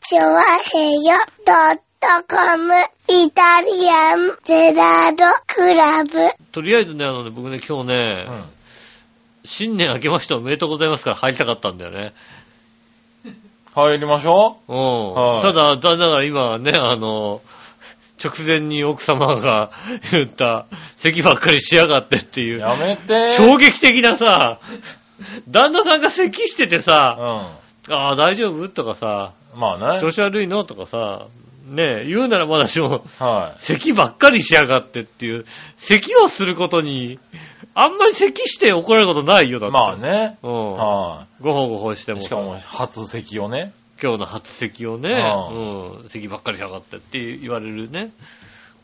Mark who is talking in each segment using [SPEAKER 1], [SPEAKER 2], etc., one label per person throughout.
[SPEAKER 1] チョワヘヨドットコムイタリアンゼラードクラブ。
[SPEAKER 2] とりあえずね、あのね、僕ね、今日ね、
[SPEAKER 3] うん。
[SPEAKER 2] 新年明けましておめでとうございますから入りたかったんだよね。
[SPEAKER 3] 入りましょ
[SPEAKER 2] うん。
[SPEAKER 3] はい。
[SPEAKER 2] ただ、残念ながら今ね、あの、直前に奥様が 言った、咳ばっかりしやがってっていうう、
[SPEAKER 3] やめて。
[SPEAKER 2] 衝撃的なさ、旦那さんが咳してて
[SPEAKER 3] う
[SPEAKER 2] さ、
[SPEAKER 3] ん。
[SPEAKER 2] ああ、大丈夫とかさ、
[SPEAKER 3] まあ
[SPEAKER 2] 調
[SPEAKER 3] ね。
[SPEAKER 2] 子悪いのとかさ、ねえ、言うならまだしも、
[SPEAKER 3] は
[SPEAKER 2] 咳ばっかりしやがってっていう、咳をすることに、あんまり咳して怒られることないよ、だ
[SPEAKER 3] い。
[SPEAKER 2] って。
[SPEAKER 3] まあね。
[SPEAKER 2] うん。
[SPEAKER 3] は
[SPEAKER 2] ごほごほしても
[SPEAKER 3] い。しかも、初席をね。
[SPEAKER 2] 今日の初席をね、
[SPEAKER 3] う
[SPEAKER 2] うん、席ばっかりしやがってって言われるね、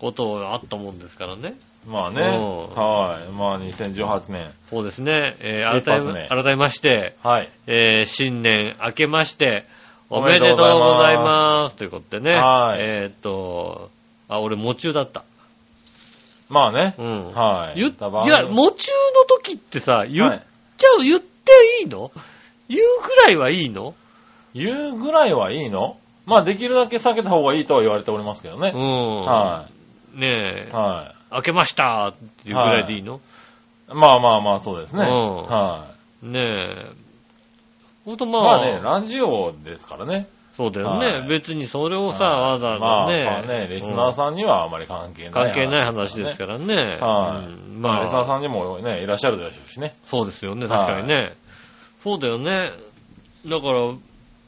[SPEAKER 2] ことがあったもんですからね。
[SPEAKER 3] まあね。
[SPEAKER 2] うん
[SPEAKER 3] はい。まあ、2018年。
[SPEAKER 2] そうですね、えー
[SPEAKER 3] 一
[SPEAKER 2] 改
[SPEAKER 3] 発
[SPEAKER 2] め
[SPEAKER 3] 目
[SPEAKER 2] 改めまして、
[SPEAKER 3] はい。
[SPEAKER 2] えー新年明けまして、お
[SPEAKER 3] お
[SPEAKER 2] め
[SPEAKER 3] め
[SPEAKER 2] で
[SPEAKER 3] で
[SPEAKER 2] と
[SPEAKER 3] と
[SPEAKER 2] う
[SPEAKER 3] う
[SPEAKER 2] ご
[SPEAKER 3] ございます
[SPEAKER 2] ざいます。ということでね、
[SPEAKER 3] はい
[SPEAKER 2] えーっと、あ、俺、夢中だった。
[SPEAKER 3] まあね
[SPEAKER 2] う。ん。
[SPEAKER 3] はい。
[SPEAKER 2] 言っ
[SPEAKER 3] った場合
[SPEAKER 2] いや、夢中の時ってさ、言
[SPEAKER 3] は
[SPEAKER 2] っ
[SPEAKER 3] い
[SPEAKER 2] ちゃう、言っていいの言うくらいはいいの
[SPEAKER 3] 言うぐらいはいいのまあ、できるだけ避けた方がいいとは言われておりますけど
[SPEAKER 2] う
[SPEAKER 3] ね。
[SPEAKER 2] ん。
[SPEAKER 3] は
[SPEAKER 2] ねえ
[SPEAKER 3] い。、は
[SPEAKER 2] 明けましたっていうぐらいでいいの、
[SPEAKER 3] い。まあまあまあ、そうですね。
[SPEAKER 2] うん
[SPEAKER 3] はい。
[SPEAKER 2] ねえ。ほんとまあ、
[SPEAKER 3] まあね、ラジオですからね。
[SPEAKER 2] そうだよね、
[SPEAKER 3] はい
[SPEAKER 2] 別にそれをさ、
[SPEAKER 3] は
[SPEAKER 2] わざ
[SPEAKER 3] ま
[SPEAKER 2] わ
[SPEAKER 3] あ、
[SPEAKER 2] ざね。
[SPEAKER 3] まあね、リスナーさんにはあまり関係
[SPEAKER 2] うん
[SPEAKER 3] ない、
[SPEAKER 2] 関係ない話ですからね。
[SPEAKER 3] はい
[SPEAKER 2] うん
[SPEAKER 3] ま
[SPEAKER 2] ま
[SPEAKER 3] あ、
[SPEAKER 2] あ、
[SPEAKER 3] リスナーさんにもね、いらっしゃるでしょうしね。
[SPEAKER 2] そうですよね、確かにね。そうだよね。だから、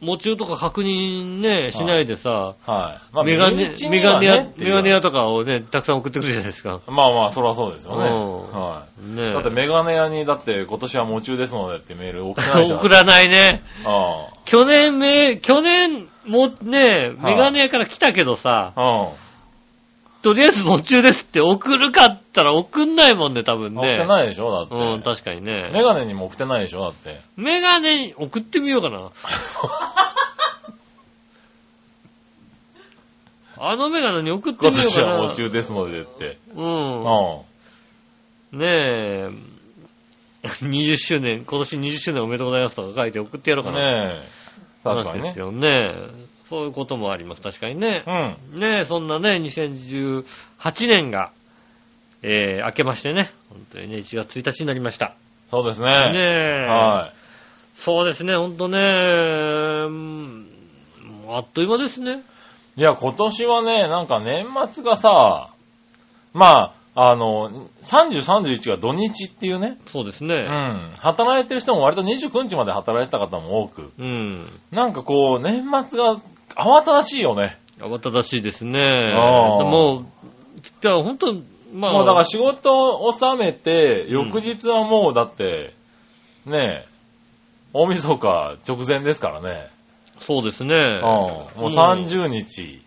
[SPEAKER 2] 夢中とか確認ね、しないでさ、
[SPEAKER 3] はい。ま
[SPEAKER 2] メガネ、メガネ屋、メガネ
[SPEAKER 3] や
[SPEAKER 2] 屋とかをね、たくさん送ってくるじゃないですか。
[SPEAKER 3] まあまあ、そりゃそうですよね。
[SPEAKER 2] うん
[SPEAKER 3] は
[SPEAKER 2] ね
[SPEAKER 3] い。
[SPEAKER 2] え
[SPEAKER 3] だってメガネ屋に、だって今年は夢中ですのでってメール送らないじゃん。
[SPEAKER 2] 送らないね。
[SPEAKER 3] あ
[SPEAKER 2] 去年め、去年もね、メガネ屋から来たけどさ、
[SPEAKER 3] あ。うん。
[SPEAKER 2] とりあえず夢中ですって送るかったら送んないもんね、多分ね。
[SPEAKER 3] 送ってないでしょだって。
[SPEAKER 2] うん、確かにね。
[SPEAKER 3] メガネにも送ってないでしょだって。
[SPEAKER 2] メガネに送ってみようか な。あのメガネに送って
[SPEAKER 3] 今
[SPEAKER 2] みよう
[SPEAKER 3] 年
[SPEAKER 2] か
[SPEAKER 3] は
[SPEAKER 2] な。
[SPEAKER 3] 夢中ですのでって。うん。
[SPEAKER 2] う
[SPEAKER 3] は
[SPEAKER 2] ん。ねえ、20周年、今年20周年おめでとうございますとか書いて送ってやろうかな。
[SPEAKER 3] ねえ。確か
[SPEAKER 2] 話で
[SPEAKER 3] にね
[SPEAKER 2] す。よね。そういうこともあります、確かにね
[SPEAKER 3] う。ん。
[SPEAKER 2] ねえ、そんなね、2018年が、えー、明けましてね、本当にね、1月1日になりました。
[SPEAKER 3] そうですね。
[SPEAKER 2] ねえ。
[SPEAKER 3] はい。
[SPEAKER 2] そうですね、ほんとね、うんあっという間ですね。
[SPEAKER 3] いや、今年はね、なんか年末がさ、まあ、あの、30、31が土日っていうね、
[SPEAKER 2] そうです
[SPEAKER 3] う
[SPEAKER 2] ね。
[SPEAKER 3] ん、働いてる人も割と29日まで働いてた方も多く、
[SPEAKER 2] うん。
[SPEAKER 3] なんかこう、年末が慌ただしいよね。
[SPEAKER 2] 慌ただしいですね。
[SPEAKER 3] あー
[SPEAKER 2] もう、じゃあほんと、まあ、
[SPEAKER 3] もうだから仕事を収めて、翌日はもうだって、ねえ、大晦日直前ですからね。
[SPEAKER 2] そうです
[SPEAKER 3] う
[SPEAKER 2] ね
[SPEAKER 3] ん。。もう30日、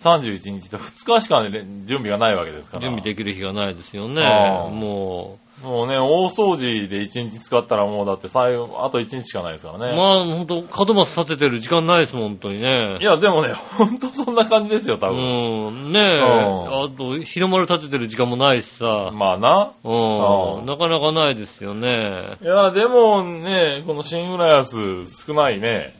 [SPEAKER 3] 31日と2日しか、ね、準備がないわけですから。
[SPEAKER 2] 準備できる日がないですよね。
[SPEAKER 3] あー
[SPEAKER 2] も
[SPEAKER 3] もうね、大掃除で1日使ったらもうだって最後、あと1日しかないですから
[SPEAKER 2] う、
[SPEAKER 3] ね。
[SPEAKER 2] まあ、ほんと、角松立ててる時間ないですもん、ほんとにね
[SPEAKER 3] い。や、でもね、ほんとそんな感じですよ、多
[SPEAKER 2] う
[SPEAKER 3] 分。
[SPEAKER 2] ん、ねえ。
[SPEAKER 3] うん
[SPEAKER 2] あと、日の丸立ててる時間もないしさ。
[SPEAKER 3] まあな。
[SPEAKER 2] う。
[SPEAKER 3] うんん
[SPEAKER 2] なかなかないですよね。
[SPEAKER 3] いや、でもね、この新浦安少ないね。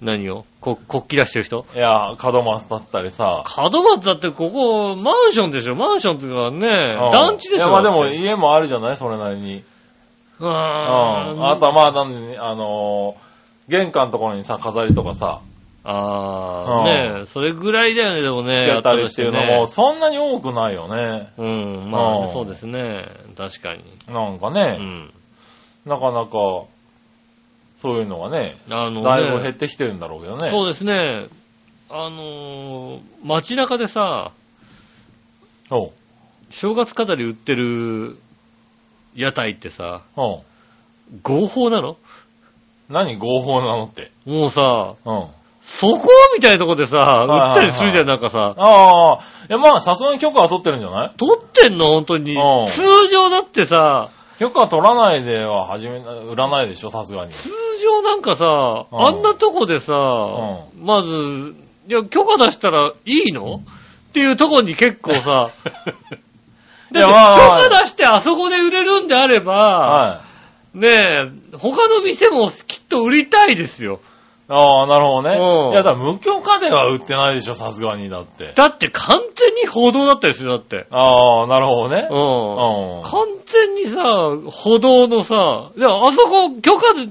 [SPEAKER 2] 何をこ国旗出してる人
[SPEAKER 3] いや、門松だったりさ。
[SPEAKER 2] 門松だってここ、マンションでしょマンションっていうか
[SPEAKER 3] う
[SPEAKER 2] ね
[SPEAKER 3] ん、
[SPEAKER 2] 団地でし
[SPEAKER 3] い
[SPEAKER 2] ょ
[SPEAKER 3] や、まあでも
[SPEAKER 2] だって
[SPEAKER 3] 家もあるじゃないそれなりに。
[SPEAKER 2] う
[SPEAKER 3] うん。
[SPEAKER 2] ん。
[SPEAKER 3] あとはまあ、なんでね、あのー玄関のところにさ、飾りとかさ、
[SPEAKER 2] あー、ねえ、それぐらいだよね、でも
[SPEAKER 3] つ
[SPEAKER 2] ね、
[SPEAKER 3] けたりっていうの
[SPEAKER 2] や
[SPEAKER 3] も、
[SPEAKER 2] たとし
[SPEAKER 3] そんなに多くないよね。
[SPEAKER 2] てね。うん、まあ、
[SPEAKER 3] うん
[SPEAKER 2] そうですね。確かに。
[SPEAKER 3] なんか
[SPEAKER 2] う
[SPEAKER 3] ね、
[SPEAKER 2] ん。
[SPEAKER 3] なかなか、そういうのがね、
[SPEAKER 2] あの、ね、
[SPEAKER 3] だいぶ減ってきてるんだろうけどね。
[SPEAKER 2] そうですね。あのー街中でさ、
[SPEAKER 3] おう
[SPEAKER 2] 正月飾り売ってる屋台ってさ、
[SPEAKER 3] おう
[SPEAKER 2] 合法なの
[SPEAKER 3] 何合法なのって。
[SPEAKER 2] もうさ、
[SPEAKER 3] うん。
[SPEAKER 2] そこみたいなとこでさ、
[SPEAKER 3] いはいはい
[SPEAKER 2] 売ったりするじゃん、なんかさ。
[SPEAKER 3] ああ、いやまあ、さすがに許可は取ってるんじゃない
[SPEAKER 2] 取ってんの本当に
[SPEAKER 3] うん。
[SPEAKER 2] 通常だってさ、
[SPEAKER 3] 許可取らないでは始め、売らないでしょ、さすがに。
[SPEAKER 2] 通常なんかさ、
[SPEAKER 3] うん
[SPEAKER 2] あんなとこでさ、
[SPEAKER 3] う
[SPEAKER 2] まず、いや、許可出したらいいのっていうとこに結構 さ、
[SPEAKER 3] い
[SPEAKER 2] だって許
[SPEAKER 3] やまあまあ
[SPEAKER 2] 可出してあそこで売れるんであれば、
[SPEAKER 3] は
[SPEAKER 2] ねえ、他の店もきっと売りたいですよ。
[SPEAKER 3] い。ああ、なるほど
[SPEAKER 2] うん
[SPEAKER 3] ね。いや、だから無許可では売ってないでしょ、さすがに。だって。
[SPEAKER 2] だって完全に報道だったりするよだって。
[SPEAKER 3] ああ、なるほどね
[SPEAKER 2] う。。
[SPEAKER 3] うんん。
[SPEAKER 2] 完全にさ、歩道のさ、でもあそこ許可で、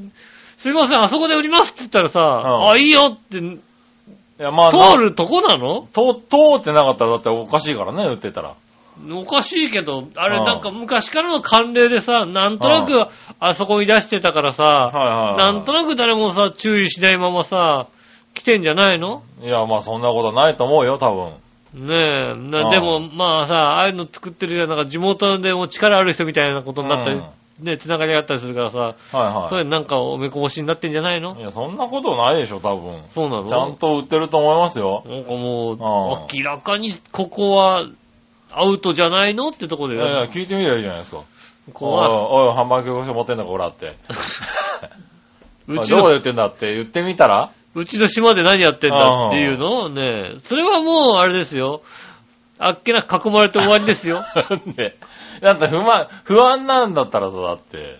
[SPEAKER 2] すいません、あそこで売りますって言ったらさ、
[SPEAKER 3] ん
[SPEAKER 2] あ、いいよって、
[SPEAKER 3] いや、まあ、
[SPEAKER 2] 通るとこなの
[SPEAKER 3] と通ってなかったらだっておかしいからね、売ってたら。
[SPEAKER 2] おかしいけど、あれ
[SPEAKER 3] うん
[SPEAKER 2] なんか昔からの慣例でさ、なんとな
[SPEAKER 3] う
[SPEAKER 2] くあそこに出してたからさ、
[SPEAKER 3] はいはいはい。
[SPEAKER 2] なんとなく誰もさ、注意しないままさ、来てんじゃないの
[SPEAKER 3] いや、まあそんなことないと思うよ、多分。
[SPEAKER 2] ねえ、
[SPEAKER 3] う
[SPEAKER 2] な、
[SPEAKER 3] ん
[SPEAKER 2] でも、まあさ、ああいうの作ってるじゃん、なんか地元でも力ある人みたいなことになったり、
[SPEAKER 3] うん
[SPEAKER 2] ね、つながりがあったりするからさ、
[SPEAKER 3] はい
[SPEAKER 2] そ
[SPEAKER 3] は
[SPEAKER 2] れなんかおめこぼしになってんじゃないの
[SPEAKER 3] い。いや、そんなことないでしょ、多分。
[SPEAKER 2] そうなの
[SPEAKER 3] ちゃんと売ってると思いますよ。
[SPEAKER 2] なんかもう、
[SPEAKER 3] ああ
[SPEAKER 2] 明らかにここはアウトじゃないのってとこで、
[SPEAKER 3] いやいや、聞いてみればいいじゃないですか。おい
[SPEAKER 2] こ
[SPEAKER 3] おい、販売業者持ってんだ、こらって。
[SPEAKER 2] う
[SPEAKER 3] お
[SPEAKER 2] う
[SPEAKER 3] い
[SPEAKER 2] ち
[SPEAKER 3] どこ
[SPEAKER 2] の
[SPEAKER 3] で、売ってんだって言ってみたら
[SPEAKER 2] うちの島で何やってんだっていうのをね、それはもうあれですよ。あっけなく囲まれて終わりです よ。
[SPEAKER 3] なんで、なんか不満、不安なんだったらさ、だって。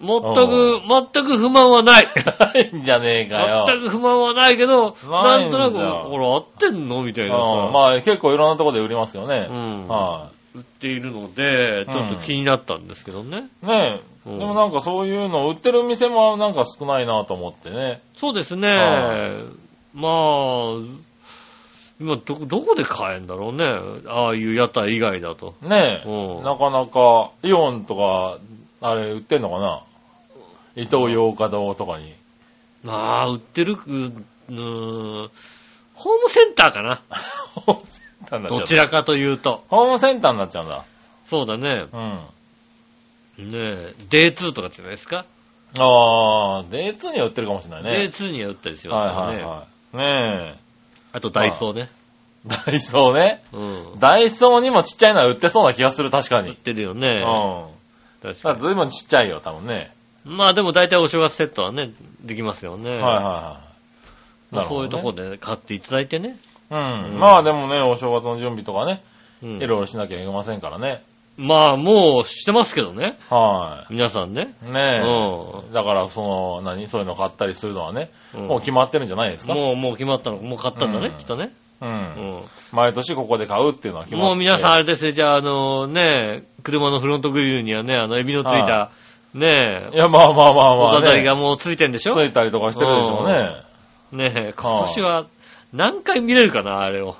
[SPEAKER 2] 全く、全く不満はない。
[SPEAKER 3] ないんじゃねえかよ。
[SPEAKER 2] 全く不満はないけど、
[SPEAKER 3] な
[SPEAKER 2] ないん
[SPEAKER 3] ん
[SPEAKER 2] と
[SPEAKER 3] だ
[SPEAKER 2] なく、これ合ってんのみたいな
[SPEAKER 3] う
[SPEAKER 2] さ
[SPEAKER 3] ん、まあ結構いろんなとこで売りますよね。
[SPEAKER 2] うん
[SPEAKER 3] は
[SPEAKER 2] 売っているので、ちょっと気になったんですけどね。
[SPEAKER 3] い。ねえ、
[SPEAKER 2] うん
[SPEAKER 3] でもなんかそういうの売ってる店もなんか少ないなと思ってね。
[SPEAKER 2] そうですね。
[SPEAKER 3] は
[SPEAKER 2] まあ、今ど、どこで買えんだろうね。ああいう屋台以外だと。
[SPEAKER 3] ねえ、
[SPEAKER 2] うん
[SPEAKER 3] なかなかイオンとか、あれ売ってんのかな伊東洋華堂とかに。
[SPEAKER 2] ああ、売ってる、ううーん、ホームセンターかな。
[SPEAKER 3] ホームセンターにな
[SPEAKER 2] ど
[SPEAKER 3] っちゃう
[SPEAKER 2] ちらかというと。
[SPEAKER 3] ホームセンターになっちゃうんだ。
[SPEAKER 2] そうだね。
[SPEAKER 3] うん。
[SPEAKER 2] ねえ、D2 とかじゃないですか。
[SPEAKER 3] あー、D2 には売ってるかもしれないね。
[SPEAKER 2] D2 には売ったりしますから
[SPEAKER 3] は
[SPEAKER 2] ね。
[SPEAKER 3] いはいはい。ねえ。
[SPEAKER 2] あとダイソーね。
[SPEAKER 3] ダイソーね。
[SPEAKER 2] うん。
[SPEAKER 3] ダイソーにもちっちゃいのは売ってそうな気がする、確か
[SPEAKER 2] 売っ
[SPEAKER 3] に。
[SPEAKER 2] てるよ
[SPEAKER 3] う
[SPEAKER 2] ね
[SPEAKER 3] ん。。
[SPEAKER 2] 確
[SPEAKER 3] た
[SPEAKER 2] か
[SPEAKER 3] だ
[SPEAKER 2] に。
[SPEAKER 3] 随分ちっちゃいよ、多分ね。
[SPEAKER 2] まあでも大体お正月セットはね、できますよね。
[SPEAKER 3] はいはいはい。
[SPEAKER 2] ま
[SPEAKER 3] な
[SPEAKER 2] あそ
[SPEAKER 3] る
[SPEAKER 2] う
[SPEAKER 3] ほ
[SPEAKER 2] いうと
[SPEAKER 3] ど
[SPEAKER 2] こ
[SPEAKER 3] ね。
[SPEAKER 2] で買っていただいてね。
[SPEAKER 3] う
[SPEAKER 2] うん
[SPEAKER 3] ん。まあでもね、お正月の準備とかね、
[SPEAKER 2] うん
[SPEAKER 3] いろいろしなきゃいけませんからね。
[SPEAKER 2] まあ、もうしてますけどね。
[SPEAKER 3] は
[SPEAKER 2] 皆さんね。
[SPEAKER 3] い。
[SPEAKER 2] う
[SPEAKER 3] ね
[SPEAKER 2] ん。
[SPEAKER 3] え。だから、その、何そういうの買ったりするのはね、
[SPEAKER 2] うん
[SPEAKER 3] もう決まってるんじゃないですか。
[SPEAKER 2] もう、もう決まったの。もう買ったんだね、
[SPEAKER 3] うん
[SPEAKER 2] きっとね。
[SPEAKER 3] う。
[SPEAKER 2] うんん。
[SPEAKER 3] 毎年ここで買うっていうのは決まって
[SPEAKER 2] もう皆さんあれですね、じゃあ、あのね、車のフロントグリルにはね、あの、エビのついた
[SPEAKER 3] は、
[SPEAKER 2] ね
[SPEAKER 3] い、や、まあまあまあ
[SPEAKER 2] お
[SPEAKER 3] まあ、
[SPEAKER 2] 飾りが
[SPEAKER 3] ね。
[SPEAKER 2] もうついてんでしょ
[SPEAKER 3] ついたりとかしてるでしょうね。
[SPEAKER 2] ね今年は何回見れるかな、あれ を。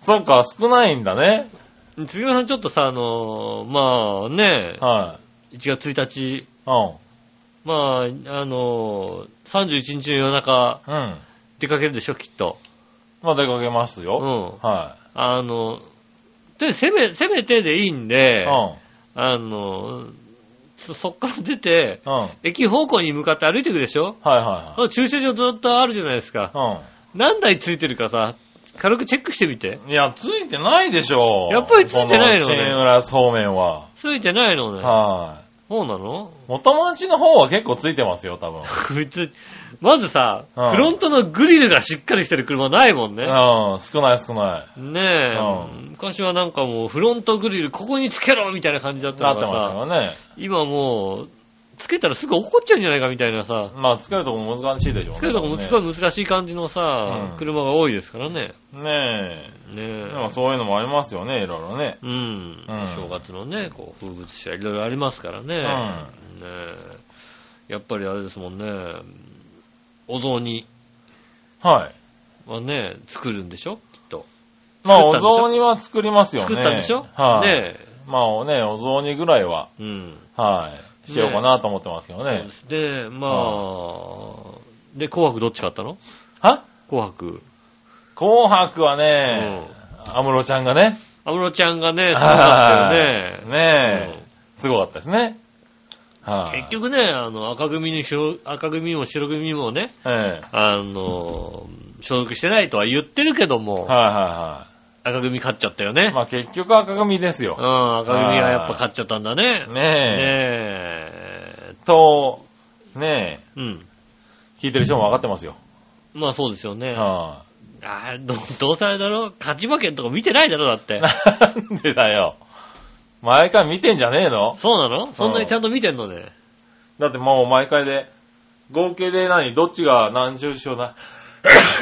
[SPEAKER 3] そっか、少ないんだね。
[SPEAKER 2] 杉村さんちょっとさ、あのまあね、
[SPEAKER 3] は
[SPEAKER 2] 1月1日、
[SPEAKER 3] い。うん。
[SPEAKER 2] まあ、あの31日の夜中、
[SPEAKER 3] うん。
[SPEAKER 2] 出かけるでしょ、きっと。
[SPEAKER 3] まあ出かけます
[SPEAKER 2] う
[SPEAKER 3] よ。
[SPEAKER 2] ん。
[SPEAKER 3] は
[SPEAKER 2] あの、で、せめ、せめてでいいん
[SPEAKER 3] い。う
[SPEAKER 2] で、
[SPEAKER 3] ん。
[SPEAKER 2] あの、そ、そっから出て、
[SPEAKER 3] うん。はい
[SPEAKER 2] 駅方向に向かって歩いていくでしょ
[SPEAKER 3] はい
[SPEAKER 2] あ駐車場ずっとあるじゃないですか。
[SPEAKER 3] は
[SPEAKER 2] 何台ついてるかさ、軽くチェックしてみて。
[SPEAKER 3] い。うん。いや、ついてないでしょ
[SPEAKER 2] やっぱりついてないのね
[SPEAKER 3] こ新浦そうめんは。
[SPEAKER 2] ついてないのね。
[SPEAKER 3] は
[SPEAKER 2] そうなの
[SPEAKER 3] い。元町の方は結構ついてますよ、多分。
[SPEAKER 2] こいつ、まずさ、フ
[SPEAKER 3] うん
[SPEAKER 2] ロントのグリルがしっかりしてる車ないもんね。
[SPEAKER 3] うん、少ない少ない。
[SPEAKER 2] ねえ、
[SPEAKER 3] う
[SPEAKER 2] 昔はなんかもうフロントグリルここにつけろみたいな感じだった
[SPEAKER 3] な
[SPEAKER 2] の
[SPEAKER 3] っ
[SPEAKER 2] が
[SPEAKER 3] てました
[SPEAKER 2] さ、
[SPEAKER 3] からね。
[SPEAKER 2] 今もう、つけたらすぐ怒っちゃうんじゃないかみたいなさ、
[SPEAKER 3] まあ、作るとこも難しいでしょうね。
[SPEAKER 2] けれども、すごい難しい感じのさ、
[SPEAKER 3] うん
[SPEAKER 2] 車が多いですからね。
[SPEAKER 3] ねえ。
[SPEAKER 2] ね
[SPEAKER 3] でもそういうのもありますよね、いろいろね。
[SPEAKER 2] うん。正月のね、こう、風物詩はいろいろありますからね。ねえやっぱりあれですもんね、お雑煮
[SPEAKER 3] はい。
[SPEAKER 2] はね、作るんでしょきっと。
[SPEAKER 3] まあ、
[SPEAKER 2] 作ったんで
[SPEAKER 3] お
[SPEAKER 2] しょ
[SPEAKER 3] 雑煮は作りますよね。
[SPEAKER 2] 作ったんでしょ
[SPEAKER 3] はい。
[SPEAKER 2] ね
[SPEAKER 3] まあね、お雑煮ぐらいは、
[SPEAKER 2] え。うん。
[SPEAKER 3] はい。しようかなと思ってますけど
[SPEAKER 2] そう
[SPEAKER 3] ね
[SPEAKER 2] で。すで、まあ、で、紅白どっち買ったの
[SPEAKER 3] は
[SPEAKER 2] 紅白。
[SPEAKER 3] 紅白は
[SPEAKER 2] う
[SPEAKER 3] ね
[SPEAKER 2] ん、。
[SPEAKER 3] 安室ちゃんがね。
[SPEAKER 2] 安室ちゃんが ね、そうだったよね。う
[SPEAKER 3] ね
[SPEAKER 2] ん
[SPEAKER 3] え。すごかったですね。はい。
[SPEAKER 2] 結局ね、あの、赤組に白、赤組も白組もね、
[SPEAKER 3] ええ。
[SPEAKER 2] あの、所属してないとは言ってるけども、
[SPEAKER 3] はいは
[SPEAKER 2] 赤組勝っちゃったよ
[SPEAKER 3] いは
[SPEAKER 2] ね
[SPEAKER 3] い。。まあ結局赤組です
[SPEAKER 2] う
[SPEAKER 3] よ。
[SPEAKER 2] ん、赤組はやっぱ勝っちゃったんだね。ね
[SPEAKER 3] ね
[SPEAKER 2] え。
[SPEAKER 3] え。と、ね
[SPEAKER 2] うん。
[SPEAKER 3] え。聞いてる人も分かってますよ。
[SPEAKER 2] まあそうですよね。あ
[SPEAKER 3] は
[SPEAKER 2] あどどうせあれだろ勝ち負けんとか見てないだろだって
[SPEAKER 3] い。。なんでだよ。毎回見てんじゃねえの
[SPEAKER 2] そうなのそんなにちゃんと見てんのね。
[SPEAKER 3] だってもう毎回で、合計で何どっちが何十勝な、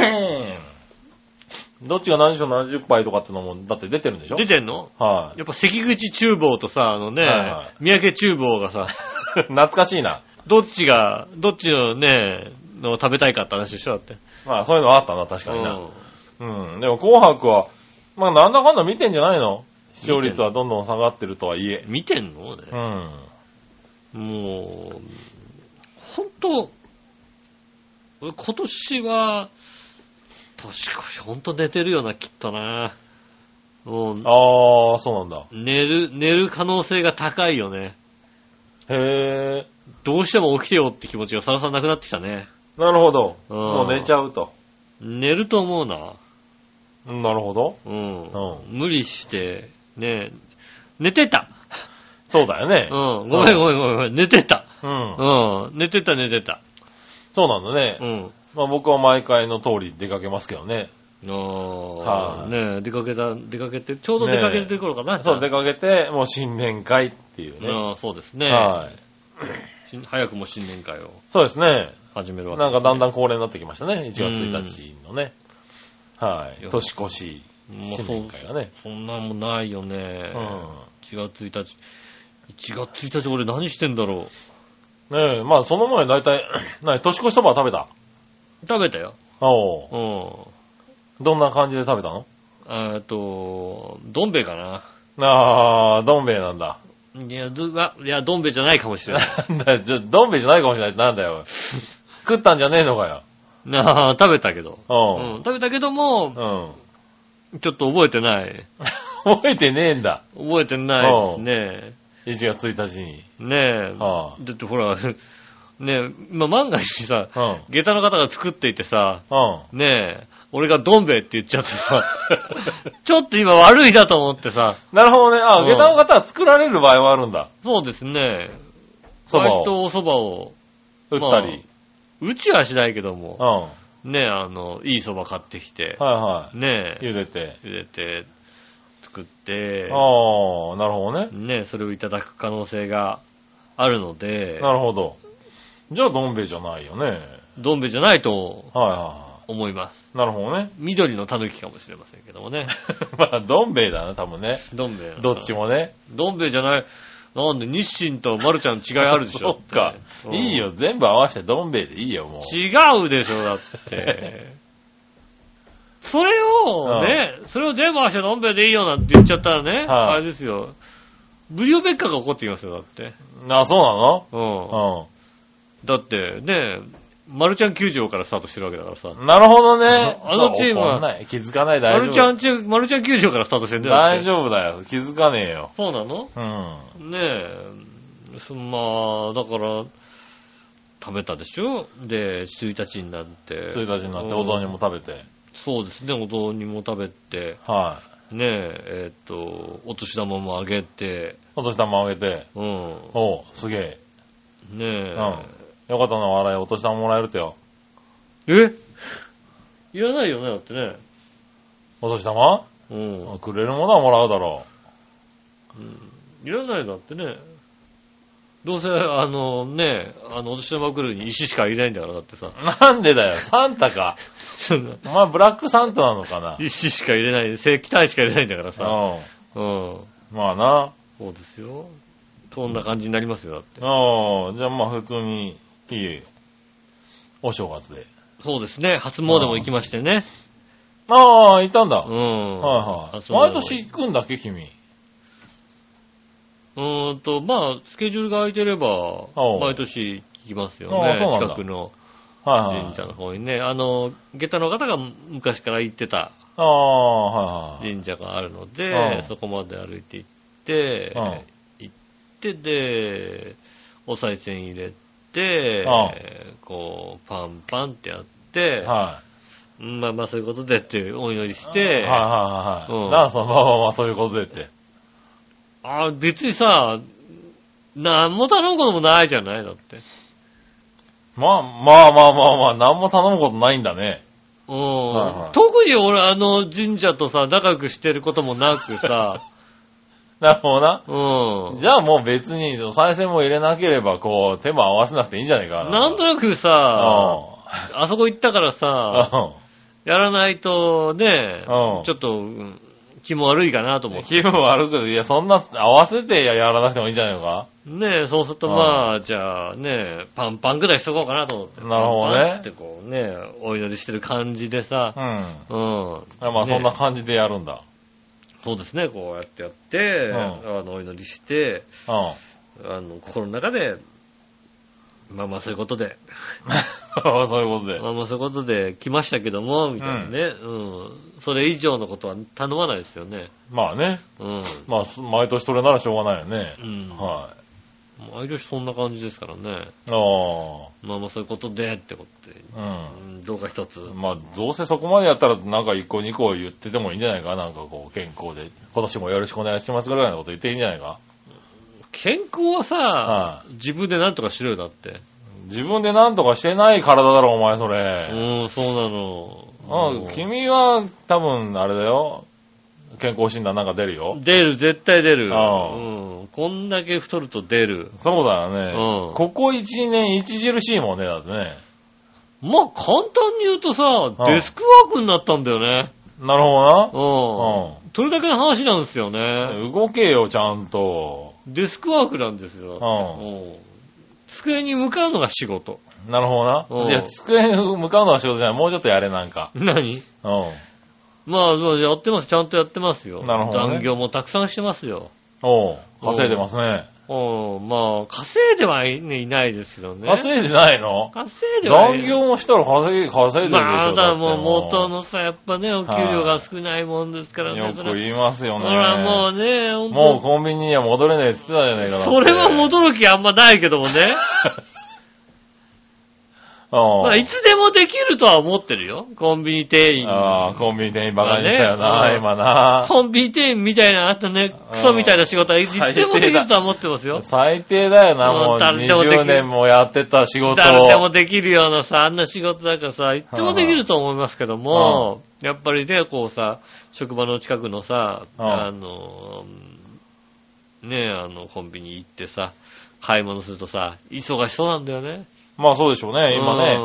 [SPEAKER 3] どっちが何十何十杯とかってのも、だって出てるんでしょ
[SPEAKER 2] 出てんの
[SPEAKER 3] はい、
[SPEAKER 2] やっぱ関口厨房とさ、あのね、
[SPEAKER 3] はいはい
[SPEAKER 2] 三宅厨房が さ、
[SPEAKER 3] 懐かしいな。
[SPEAKER 2] どっちが、どっちのね、のを食べたいかって話でしょだって。
[SPEAKER 3] まあそういうのはあったな、確かに
[SPEAKER 2] うん
[SPEAKER 3] な。うん。でも紅白は、まあなんだかんだ見てんじゃないの視聴率はどんどん下がってるとはいえ。
[SPEAKER 2] 見てんのね
[SPEAKER 3] う、ん。
[SPEAKER 2] もう、ほんと、俺今年は、年越しほんと寝てるよな、きっとな。もう、
[SPEAKER 3] あー、そうなんだ。
[SPEAKER 2] 寝る、寝る可能性が高いよね。
[SPEAKER 3] へ
[SPEAKER 2] どうしても起きてよって気持ちがさらさらなくなってきたね。
[SPEAKER 3] ー。なるほど。
[SPEAKER 2] うん
[SPEAKER 3] もう寝ちゃうと。
[SPEAKER 2] 寝ると思うな。
[SPEAKER 3] うんなるほど。
[SPEAKER 2] うん。
[SPEAKER 3] う
[SPEAKER 2] 無理して、ね寝てた。
[SPEAKER 3] そうだよ
[SPEAKER 2] う
[SPEAKER 3] ね
[SPEAKER 2] ん。。ごめんごめんごめんごめん。寝てた。
[SPEAKER 3] うん。
[SPEAKER 2] うん。寝てた寝てた。
[SPEAKER 3] そうなんだね
[SPEAKER 2] う。ん。
[SPEAKER 3] まあ僕は毎回の通り出かけますけどね。
[SPEAKER 2] ああ、
[SPEAKER 3] はい
[SPEAKER 2] ねえ出かけた、出かけて、ちょうど出かけてる頃かな。
[SPEAKER 3] そう、出
[SPEAKER 2] か
[SPEAKER 3] かけて、もう新年会っていうね。
[SPEAKER 2] そうですね。
[SPEAKER 3] はい。
[SPEAKER 2] し早くも新年会を
[SPEAKER 3] そうですね。
[SPEAKER 2] 始めるわけ
[SPEAKER 3] なん
[SPEAKER 2] で
[SPEAKER 3] か
[SPEAKER 2] すね
[SPEAKER 3] だんだん恒例になってきましたね。1月1日のね。はいい。
[SPEAKER 2] や
[SPEAKER 3] 年越し、
[SPEAKER 2] もう
[SPEAKER 3] 新年会がね。
[SPEAKER 2] そんなんもないよ
[SPEAKER 3] う
[SPEAKER 2] ね。
[SPEAKER 3] ん。
[SPEAKER 2] 1月1日。1月1日俺何してんだろう。
[SPEAKER 3] ねえ、まあその前大体、 なに年越しそばは食べた
[SPEAKER 2] 食べたよ。
[SPEAKER 3] おう
[SPEAKER 2] うん。
[SPEAKER 3] どんな感じで食べたの
[SPEAKER 2] えっと、どん兵衛かな。
[SPEAKER 3] あー、どん兵衛なん だ。
[SPEAKER 2] いや、ど、あいや、どん兵衛じゃないかもしれない。
[SPEAKER 3] なんだよ、ちょどん兵衛じゃないかもしれないってなんだよ。 食ったんじゃねえのかよ。
[SPEAKER 2] なあ、食べたけど。うん
[SPEAKER 3] う、
[SPEAKER 2] 食べたけども、
[SPEAKER 3] ん。うん。
[SPEAKER 2] ちょっと覚えてない。
[SPEAKER 3] 覚えてねえんだ。
[SPEAKER 2] 覚えてないですね。
[SPEAKER 3] 1月1日に。
[SPEAKER 2] ねえ。
[SPEAKER 3] は
[SPEAKER 2] だってほら、 ねえ、まあ、万が一さ、
[SPEAKER 3] あ、うん。
[SPEAKER 2] 下駄の方が作っていてさ、
[SPEAKER 3] うん。
[SPEAKER 2] ねえ、俺がどん兵衛って言っちゃって さ、ちょっと今悪いなと思ってさ、
[SPEAKER 3] なるほどね。あ、
[SPEAKER 2] うん
[SPEAKER 3] 下駄の方は作られる場合はあるんだ。
[SPEAKER 2] そうですね、
[SPEAKER 3] そば
[SPEAKER 2] 割
[SPEAKER 3] を
[SPEAKER 2] とお蕎麦を、
[SPEAKER 3] 打ったり。
[SPEAKER 2] うちはしないけども、
[SPEAKER 3] うん。
[SPEAKER 2] ねえ、あの、いい蕎麦買ってきて、
[SPEAKER 3] は
[SPEAKER 2] ね
[SPEAKER 3] いはい。
[SPEAKER 2] え、
[SPEAKER 3] 茹でて。
[SPEAKER 2] 茹でて、作って、
[SPEAKER 3] ああ、なるほどね。
[SPEAKER 2] ねえ、それをいただく可能性があるので、
[SPEAKER 3] なるほど。じゃあ、どん兵衛じゃないよね。はい
[SPEAKER 2] どん兵衛じゃないと
[SPEAKER 3] は
[SPEAKER 2] 思います。
[SPEAKER 3] い。なるほどね。
[SPEAKER 2] 緑の狸かもしれませんけども ね。
[SPEAKER 3] まあ、どん兵衛だな、多分ね。
[SPEAKER 2] どん兵衛なのか
[SPEAKER 3] ど
[SPEAKER 2] な
[SPEAKER 3] っちもね。
[SPEAKER 2] どん兵衛じゃない。なんで、日清とマルちゃんの違いあるでしょ。
[SPEAKER 3] そっか。
[SPEAKER 2] うん
[SPEAKER 3] いい。よ、全部合わせてどん兵衛でいいよ、もう。
[SPEAKER 2] 違うでしょ、だ って。それをね、それを全部合わせてどん兵衛でいいよなんて言っちゃったらね、
[SPEAKER 3] はい
[SPEAKER 2] あれですよ。ブリオベッカが怒ってきますよ、だって。
[SPEAKER 3] あ、そう
[SPEAKER 2] うん。
[SPEAKER 3] なの
[SPEAKER 2] だって、ね、マルちゃん球場からスタートしてるわけだからさ。
[SPEAKER 3] うん。なるほどね。
[SPEAKER 2] あのチームは
[SPEAKER 3] そう怒んない気づかない、
[SPEAKER 2] マ
[SPEAKER 3] 大丈夫。
[SPEAKER 2] ルちゃん中、マルちゃん球場からスタートしてんだよ。
[SPEAKER 3] 大
[SPEAKER 2] 夫。
[SPEAKER 3] 丈夫だよ。気づかねえよ。
[SPEAKER 2] そうなの
[SPEAKER 3] うん。
[SPEAKER 2] ねえ、そまあ、だから、食べたでしょで、1日になって。
[SPEAKER 3] 1日になって
[SPEAKER 2] うん
[SPEAKER 3] お雑煮も食べて。
[SPEAKER 2] そうですね、お雑煮も食べて、
[SPEAKER 3] はい。
[SPEAKER 2] ねえ、えーっと、お年玉もあげて、
[SPEAKER 3] お年玉あげて、
[SPEAKER 2] うん、
[SPEAKER 3] おう、すげえ。
[SPEAKER 2] ねえ、
[SPEAKER 3] よかったな、笑い、お年玉もらえるってよ。
[SPEAKER 2] えいらないよね、だってね。
[SPEAKER 3] お年玉
[SPEAKER 2] うん。
[SPEAKER 3] くれるものはもらうだろ
[SPEAKER 2] いらないだってね。どうせ、あのね、あの、お年玉来るに石しか入れないんだから、だって さ。
[SPEAKER 3] う。なんでだよ、サンタか。
[SPEAKER 2] そんな
[SPEAKER 3] お前、ブラックサンタなのかな。
[SPEAKER 2] 石しか入れない、石炭しか入れないんだからさ。
[SPEAKER 3] う
[SPEAKER 2] うん。
[SPEAKER 3] ん。まあな。
[SPEAKER 2] そうですよ。そんな感じになりますよ、だって。
[SPEAKER 3] うん。じゃあまあ、普通に、いい、お正月で。
[SPEAKER 2] そうですね。初詣も行きましてね。
[SPEAKER 3] ああ、いたんだ。
[SPEAKER 2] う
[SPEAKER 3] はい
[SPEAKER 2] ん。
[SPEAKER 3] はい。
[SPEAKER 2] 初詣も
[SPEAKER 3] 毎年行くんだっけ、君。
[SPEAKER 2] うーんと、まあ、スケジュールが空いてれば、
[SPEAKER 3] おう
[SPEAKER 2] 毎年行きますよ
[SPEAKER 3] あ
[SPEAKER 2] ね。
[SPEAKER 3] あそうなんだ
[SPEAKER 2] 近くの
[SPEAKER 3] はいはい
[SPEAKER 2] 神。社の方にね。あの、下駄の方が昔から行ってた
[SPEAKER 3] ああ、はいはい。
[SPEAKER 2] 神社があるの
[SPEAKER 3] あ
[SPEAKER 2] で、
[SPEAKER 3] あ
[SPEAKER 2] そこまで歩いて行って、
[SPEAKER 3] ああ
[SPEAKER 2] 行って、で、お賽銭入れて
[SPEAKER 3] ああ、
[SPEAKER 2] こう、パンパンってやって、
[SPEAKER 3] は
[SPEAKER 2] うんまあまあそういうことでってお祈りし
[SPEAKER 3] い。
[SPEAKER 2] て、
[SPEAKER 3] はいはいうは
[SPEAKER 2] ん
[SPEAKER 3] い。なあ、そのまあまあまあ、そういうことでって。
[SPEAKER 2] あー別にさ、何も頼むこともないじゃないだって。
[SPEAKER 3] まあ、まあまあまあまあ、何も頼むことないんだね。
[SPEAKER 2] うん、
[SPEAKER 3] はいはい
[SPEAKER 2] 特に俺、あの、神社とさ、仲良くしてることもなくさ、
[SPEAKER 3] なるほどな。
[SPEAKER 2] うん。
[SPEAKER 3] じゃあもう別に、お賽銭も入れなければ、こう、手も合わせなくていいんじゃないかな。
[SPEAKER 2] なんとなくさ、あそこ行ったからさ、
[SPEAKER 3] う
[SPEAKER 2] やらないとね、
[SPEAKER 3] うん
[SPEAKER 2] ちょっと、うん気も悪いかなと
[SPEAKER 3] ん。う
[SPEAKER 2] 思
[SPEAKER 3] ん。
[SPEAKER 2] って。
[SPEAKER 3] 気分悪くて、いや、そんな、合わせてやらなくてもいいんじゃないのか
[SPEAKER 2] ねえ、そうすると
[SPEAKER 3] うん
[SPEAKER 2] まあ、じゃあね、パンパンぐらいしとこうかなと思って。
[SPEAKER 3] なるほどね
[SPEAKER 2] パンパンってこうね、お祈りしてる感じでさ
[SPEAKER 3] う、ん。
[SPEAKER 2] うん。
[SPEAKER 3] まあ、
[SPEAKER 2] ね
[SPEAKER 3] そんな感じでやるんだ。
[SPEAKER 2] そうですね、こうやってやって、
[SPEAKER 3] ん
[SPEAKER 2] あの、お祈りして、
[SPEAKER 3] うん。
[SPEAKER 2] あの、心の中で、まあまあそういうことで、
[SPEAKER 3] そういうことで。
[SPEAKER 2] まあまあそういうことで来ましたけども、みたいなね、うん。それ以上のことは頼まないですよね。
[SPEAKER 3] まあね。
[SPEAKER 2] うん。
[SPEAKER 3] まあ、す毎年それならしょうがないよね
[SPEAKER 2] う。ん。
[SPEAKER 3] は
[SPEAKER 2] 毎年そんな感じですからね。
[SPEAKER 3] い。あ
[SPEAKER 2] まあまあそういうことでってことで、
[SPEAKER 3] あ。
[SPEAKER 2] うん、どうか一つ。
[SPEAKER 3] うん。まあ、どうせそこまでやったら、なんか一個二個言っててもいいんじゃないかなんかこう、健康で。今年もよろしくお願いしますぐらいのこと言っていいんじゃないか
[SPEAKER 2] 健康はさ、
[SPEAKER 3] は
[SPEAKER 2] 自分でなんとかしろよ、だって。
[SPEAKER 3] 自分でなんとかしてない体だろ、お前、それ。
[SPEAKER 2] うん、そうなの。
[SPEAKER 3] うん。君は、多分、あれだよ。健康診断なんか出るよ。
[SPEAKER 2] 出る、絶対出る。う
[SPEAKER 3] ああ
[SPEAKER 2] ん。こんだけ太ると出る。
[SPEAKER 3] そうだよ
[SPEAKER 2] うん
[SPEAKER 3] ね。ここ1年著しいもんね、だってね。
[SPEAKER 2] まあ、簡単に言うとさ
[SPEAKER 3] あ、あ
[SPEAKER 2] デスクワークになったんだよね。
[SPEAKER 3] なるほどな。
[SPEAKER 2] うん。それだけの話なんですよね。
[SPEAKER 3] うん。動けよ、ちゃんと。
[SPEAKER 2] デスクワークなんですよ。
[SPEAKER 3] う
[SPEAKER 2] うん机に向かうのが仕事。
[SPEAKER 3] なるほど
[SPEAKER 2] うん
[SPEAKER 3] な。じゃあ、机に向かうのは仕事じゃない。もうちょっとやれ、なんか。
[SPEAKER 2] 何
[SPEAKER 3] うん。
[SPEAKER 2] まあ、まあやってます。ちゃんとやってますよ。
[SPEAKER 3] なるほどね
[SPEAKER 2] 残業もたくさんしてますよ。
[SPEAKER 3] おう稼いでますね。
[SPEAKER 2] うん。まあ、稼いではい,、ね、いないですけどね。
[SPEAKER 3] 稼いでないの
[SPEAKER 2] 稼いではい
[SPEAKER 3] 残業もしたら稼い、稼いでるでしょ。
[SPEAKER 2] まあ、ただもう
[SPEAKER 3] って
[SPEAKER 2] 元のさ、やっぱね、お給料が少ないもんですからね。
[SPEAKER 3] よ
[SPEAKER 2] そ
[SPEAKER 3] く
[SPEAKER 2] れは
[SPEAKER 3] 言いますよね。
[SPEAKER 2] ほら、もうね、ほんと
[SPEAKER 3] もうコンビニには戻れねえって言ってたじゃないかな。
[SPEAKER 2] それは 驚きあんまないけどもね。まあ、
[SPEAKER 3] る。う
[SPEAKER 2] い
[SPEAKER 3] ん。
[SPEAKER 2] つでもできるとは思ってるよ。コンビニ店員。
[SPEAKER 3] ああ、コンビニ店員バカにしたよ
[SPEAKER 2] まあね
[SPEAKER 3] な、今な。
[SPEAKER 2] コンビニ店員みたいな、あったね、クソみたいな仕事はいつでもできるとは思ってますよ。
[SPEAKER 3] 最低だよな、
[SPEAKER 2] うん
[SPEAKER 3] もう
[SPEAKER 2] 誰でもできる
[SPEAKER 3] 20年もやってた仕事
[SPEAKER 2] 誰でも
[SPEAKER 3] を。
[SPEAKER 2] できるようなさ、あんな仕事だからさ、いつでもできると思いますけども、やっぱりね、こうさ、職場の近くのさ、
[SPEAKER 3] うん
[SPEAKER 2] あの、ねあの、コンビニ行ってさ、買い物するとさ、忙しそうなんだよね。
[SPEAKER 3] まあそうでしょうね、今ね。
[SPEAKER 2] ね。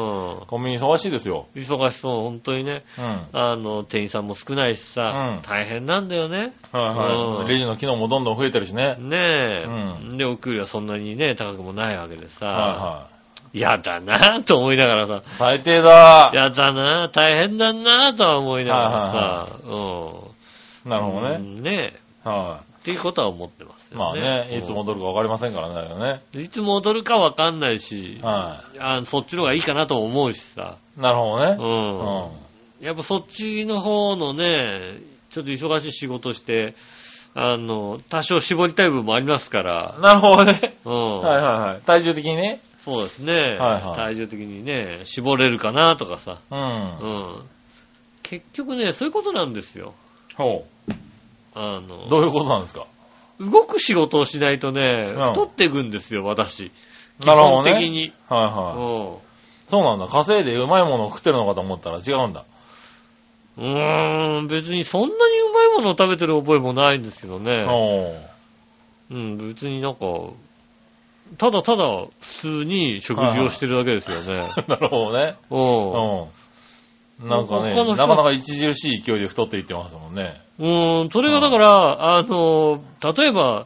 [SPEAKER 3] コンビニ忙しいですよ。
[SPEAKER 2] 忙しそう、本当にね。
[SPEAKER 3] うん。はい
[SPEAKER 2] あの、店員さんも少ないしさ、
[SPEAKER 3] うん
[SPEAKER 2] 大変なんだよね。う
[SPEAKER 3] は
[SPEAKER 2] ん
[SPEAKER 3] い。レジの機能もどんどん増えてるしね。
[SPEAKER 2] ねえ。
[SPEAKER 3] う
[SPEAKER 2] で、お給料そんなにね、高くもないわけでさ、
[SPEAKER 3] は
[SPEAKER 2] やだなぁと思いながらさ
[SPEAKER 3] い、はい。最低だ。
[SPEAKER 2] やだなぁ、大変だなぁとは思いながらさ、
[SPEAKER 3] なる
[SPEAKER 2] うん。
[SPEAKER 3] ほど
[SPEAKER 2] う
[SPEAKER 3] ね。
[SPEAKER 2] んねえ。
[SPEAKER 3] は
[SPEAKER 2] っていうことは思ってます
[SPEAKER 3] い。
[SPEAKER 2] よ
[SPEAKER 3] まあね、いつ戻るかわかりませんからね、だけどね。
[SPEAKER 2] うんいつ戻るかわかんないし、
[SPEAKER 3] は
[SPEAKER 2] あそっちの方がいいかなとも思うしさ、
[SPEAKER 3] い。なるほど
[SPEAKER 2] う。
[SPEAKER 3] ね。うんん。
[SPEAKER 2] やっぱそっちの方のね、ちょっと忙しい仕事して、あの、多少絞りたい部分もありますから、
[SPEAKER 3] なるほどね。
[SPEAKER 2] うん。
[SPEAKER 3] はいはいはい。体重的にね。
[SPEAKER 2] そうですね、
[SPEAKER 3] はいはい
[SPEAKER 2] 体重的にね、絞れるかなとかさ、
[SPEAKER 3] う。
[SPEAKER 2] うんん。結局ね、そういうことなんですよ。
[SPEAKER 3] ほ
[SPEAKER 2] あ
[SPEAKER 3] う。
[SPEAKER 2] の、
[SPEAKER 3] どういうことなんですか
[SPEAKER 2] 動く仕事をしないとね、
[SPEAKER 3] うん
[SPEAKER 2] 太っていくんですよ、私。基
[SPEAKER 3] なるほど
[SPEAKER 2] 本
[SPEAKER 3] ね
[SPEAKER 2] 的に。
[SPEAKER 3] はいはい。
[SPEAKER 2] うん
[SPEAKER 3] そうなんだ。稼いでうまいものを食ってるのかと思ったら違うんだ。
[SPEAKER 2] うーん、別にそんなにうまいものを食べてる覚えもないんですけどね。
[SPEAKER 3] お
[SPEAKER 2] う
[SPEAKER 3] ー
[SPEAKER 2] ん、別になんか、ただただ普通に食事をしてるだけですよ ね。
[SPEAKER 3] なるほどね。
[SPEAKER 2] うん
[SPEAKER 3] うん。なんかね、
[SPEAKER 2] 他の人
[SPEAKER 3] なかなか著しい勢いで太っていってますもんね。
[SPEAKER 2] うーん、それがだから、あの、例えば、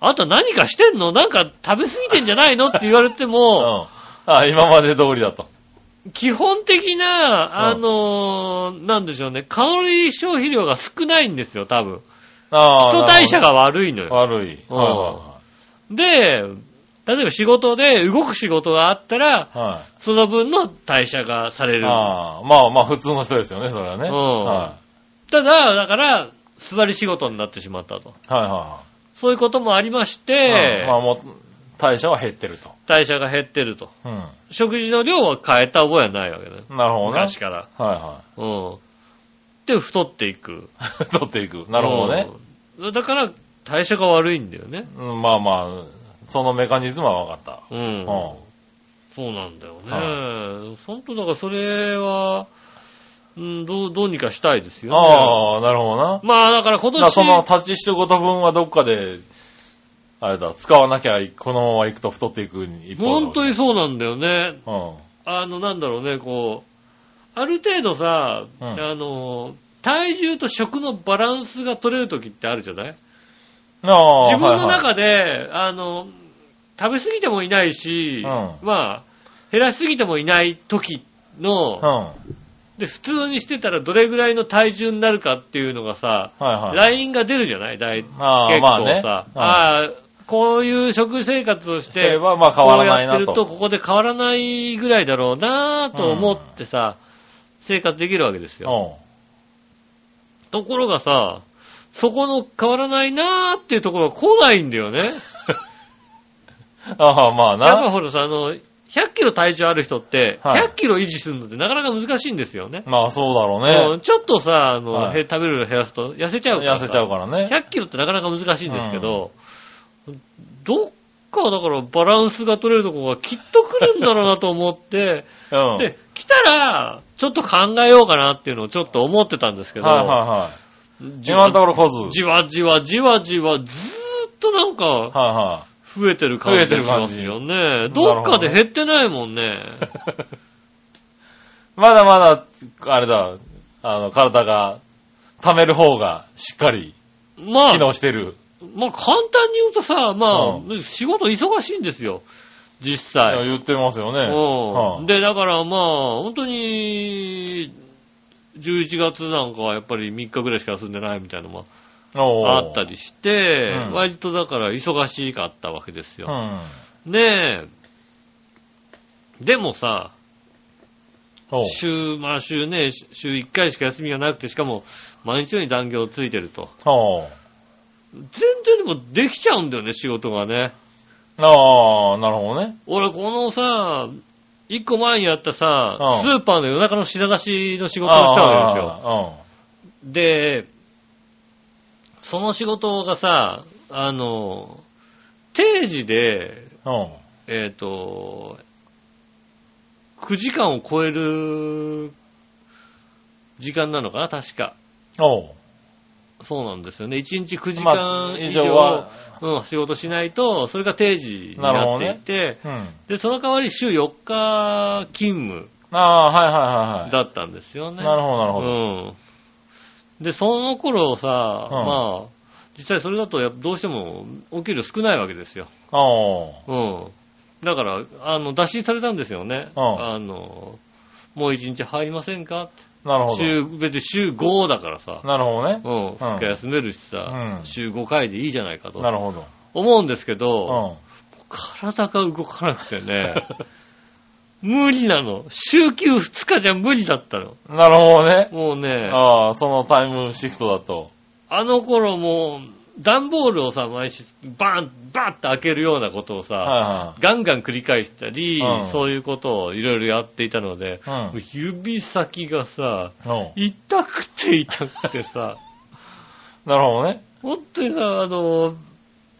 [SPEAKER 2] あと何かしてんのなんか食べ過ぎてんじゃないのって言われて
[SPEAKER 3] う
[SPEAKER 2] も、
[SPEAKER 3] ん。あ、今まで通りだと。
[SPEAKER 2] 基本的な、あ
[SPEAKER 3] うん
[SPEAKER 2] のなんでしょうね、カロリー消費量が少ないんですよ、多分。
[SPEAKER 3] ああ。
[SPEAKER 2] 基礎代謝
[SPEAKER 3] なる
[SPEAKER 2] が悪いのよ。
[SPEAKER 3] ほど悪い。
[SPEAKER 2] うん
[SPEAKER 3] は
[SPEAKER 2] で、例えば仕事で動く仕事があったら、
[SPEAKER 3] いはいはい。はい。
[SPEAKER 2] その分の代謝がされる。
[SPEAKER 3] ああ、まあまあ普通の人ですよね、それはね。
[SPEAKER 2] うん
[SPEAKER 3] は
[SPEAKER 2] ただ、だから、座り仕事になってしまったと。
[SPEAKER 3] い。はいは
[SPEAKER 2] そういうこともありまし
[SPEAKER 3] いはい。
[SPEAKER 2] て
[SPEAKER 3] うん、まあもう、代謝は減ってると。
[SPEAKER 2] 代謝が減ってると。
[SPEAKER 3] うん。
[SPEAKER 2] 食事の量は変えた覚えはないわけだよ。
[SPEAKER 3] なるほどね。
[SPEAKER 2] 昔から。
[SPEAKER 3] は
[SPEAKER 2] うん。で、太っていく。
[SPEAKER 3] いはい。 太っていく。なるほどね。
[SPEAKER 2] うん。だから、代謝が悪いんだよね。
[SPEAKER 3] うん、まあまあ、そのメカニズムは分かっ
[SPEAKER 2] うん。
[SPEAKER 3] た。うん。
[SPEAKER 2] そうなんだよね。
[SPEAKER 3] は
[SPEAKER 2] 本当だからそれは、うん、どう、どうにかしたいですよ、ね。
[SPEAKER 3] ああ、なるほどな。
[SPEAKER 2] まあ、だから今
[SPEAKER 3] だから
[SPEAKER 2] 年、
[SPEAKER 3] その立ち一言分はどっかで、あれだ、使わなきゃい、このまま行くと太っていく一方だもんね
[SPEAKER 2] 本当にそうなんだよね。
[SPEAKER 3] うん。
[SPEAKER 2] あの、なんだろうね、こう、ある程度さ、
[SPEAKER 3] うん
[SPEAKER 2] あの、体重と食のバランスが取れる時ってあるじゃない
[SPEAKER 3] ああ、
[SPEAKER 2] 自分の
[SPEAKER 3] はいはい
[SPEAKER 2] 中で、あの、食べ過ぎてもいないし、
[SPEAKER 3] う
[SPEAKER 2] まあ、減らしすぎてもいない時の、で、普通にしてたらどれぐらいの体重になるかっていうのがさ、
[SPEAKER 3] うん。はいはい。
[SPEAKER 2] ラインが出るじゃない大結構さ、
[SPEAKER 3] ああ、まあね。あ、
[SPEAKER 2] ああこういう食生活をし
[SPEAKER 3] すれ
[SPEAKER 2] て、
[SPEAKER 3] ば、まあ変わらないな
[SPEAKER 2] こうやってると、
[SPEAKER 3] と。
[SPEAKER 2] ここで変わらないぐらいだろうなぁと思ってさ、生活できるわけですよ。ところがさ、そこの変わらないなーっていうところが来ないんだよね。
[SPEAKER 3] うん。ああ、まあ
[SPEAKER 2] やっぱ
[SPEAKER 3] な。
[SPEAKER 2] ほらさ、あの、100キロ体重ある人って、
[SPEAKER 3] はい
[SPEAKER 2] 100キロ維持するのってなかなか難しいんですよね。
[SPEAKER 3] まあそうだろ
[SPEAKER 2] も
[SPEAKER 3] う
[SPEAKER 2] う
[SPEAKER 3] ね。
[SPEAKER 2] ちょっとさ、あの、
[SPEAKER 3] はい
[SPEAKER 2] へ食べる量減らすと痩せちゃうから
[SPEAKER 3] 痩
[SPEAKER 2] さ。
[SPEAKER 3] せちゃうからね。
[SPEAKER 2] 100キロってなかなか難しいんですけど、どっかだからバランスが取れるとこがきっと来るんだろうなと思って、
[SPEAKER 3] うん。
[SPEAKER 2] で、来たら、ちょっと考えようかなっていうのをちょっと思ってたんですけど、
[SPEAKER 3] はいはいはい。
[SPEAKER 2] じ
[SPEAKER 3] 自慢
[SPEAKER 2] わ
[SPEAKER 3] のところ来ず。
[SPEAKER 2] じわじわじわじわずーっとなんか
[SPEAKER 3] はいは
[SPEAKER 2] 増えてる感じがしますよね。
[SPEAKER 3] じ
[SPEAKER 2] どっかで減ってないもん ね。
[SPEAKER 3] い。まだまだ、あれだ、あの、体が、溜める方が、しっかり、
[SPEAKER 2] まあ
[SPEAKER 3] 機、能してる。
[SPEAKER 2] まあ簡単に言うとさ、まあ、
[SPEAKER 3] う
[SPEAKER 2] 仕事忙しいんですよ。実際。
[SPEAKER 3] 言ってますよね。は
[SPEAKER 2] う
[SPEAKER 3] い
[SPEAKER 2] ん。で、だからまあ、本当に、11月なんかはやっぱり3日ぐらいしか休んでないみたいなのも
[SPEAKER 3] おー
[SPEAKER 2] あったりして、
[SPEAKER 3] うん
[SPEAKER 2] 割とだから忙しかったわけです
[SPEAKER 3] う
[SPEAKER 2] よ。
[SPEAKER 3] ん。
[SPEAKER 2] ねえ。でもさ、
[SPEAKER 3] おう
[SPEAKER 2] 週、まあ週ね、週1回しか休みがなくて、しかも毎日のように残業ついてると。
[SPEAKER 3] おう
[SPEAKER 2] 全然でもできちゃうんだよね、仕事がね。
[SPEAKER 3] ああ、なるほどね。
[SPEAKER 2] 俺、このさ、1個前にやったさ、
[SPEAKER 3] うん
[SPEAKER 2] スーパーの夜中の品出しの仕
[SPEAKER 3] 仕
[SPEAKER 2] 事をしたわけですよ。
[SPEAKER 3] よ。
[SPEAKER 2] で、その仕事がさ、あの、定時で、
[SPEAKER 3] うん。うん。
[SPEAKER 2] えっ、と、9時間を超える時間なのかな、確か。
[SPEAKER 3] おう
[SPEAKER 2] そうなんですよね。1日9時
[SPEAKER 3] ま
[SPEAKER 2] 間
[SPEAKER 3] あ
[SPEAKER 2] 以
[SPEAKER 3] 以
[SPEAKER 2] 上、
[SPEAKER 3] 上は
[SPEAKER 2] うん、仕事しないと、それが定時になっていて、
[SPEAKER 3] うん。
[SPEAKER 2] で、その代わり週4日勤務
[SPEAKER 3] ああ、はいはいはいはい。
[SPEAKER 2] だったんですよね。
[SPEAKER 3] なるほど、なるほど。
[SPEAKER 2] うん。で、その頃さ、
[SPEAKER 3] うん
[SPEAKER 2] まあ、実際それだとやっぱどうしてもお給料少ないわけですよ。
[SPEAKER 3] おう
[SPEAKER 2] うん。だから、あの、打診されたんですよね。
[SPEAKER 3] うん
[SPEAKER 2] あの、もう一日入りませんか
[SPEAKER 3] なるほど。
[SPEAKER 2] 週、別に週5だからさ。
[SPEAKER 3] なるほどね
[SPEAKER 2] う。ん。2日休めるしさ、
[SPEAKER 3] うん
[SPEAKER 2] 週5回でいいじゃないか
[SPEAKER 3] な
[SPEAKER 2] と
[SPEAKER 3] るほど。
[SPEAKER 2] 思うんですけど、
[SPEAKER 3] うん。
[SPEAKER 2] 体が動かなくてね、 無理なの。週休2日じゃ無理だったの。
[SPEAKER 3] なるほどね。
[SPEAKER 2] もうね、
[SPEAKER 3] ああ、そのタイムシフトだと。
[SPEAKER 2] あの頃もう、段ボールをさ、毎週、バーン、バーンって開けるようなことをさ、
[SPEAKER 3] は
[SPEAKER 2] ガンガン繰り返したり、
[SPEAKER 3] うん
[SPEAKER 2] そういうことをいろいろやっていたので、
[SPEAKER 3] いは
[SPEAKER 2] もう
[SPEAKER 3] い。
[SPEAKER 2] 指先がさ、
[SPEAKER 3] うん。おう
[SPEAKER 2] 痛くて痛くてさ、
[SPEAKER 3] なるほどね。
[SPEAKER 2] 本当にさ、あの、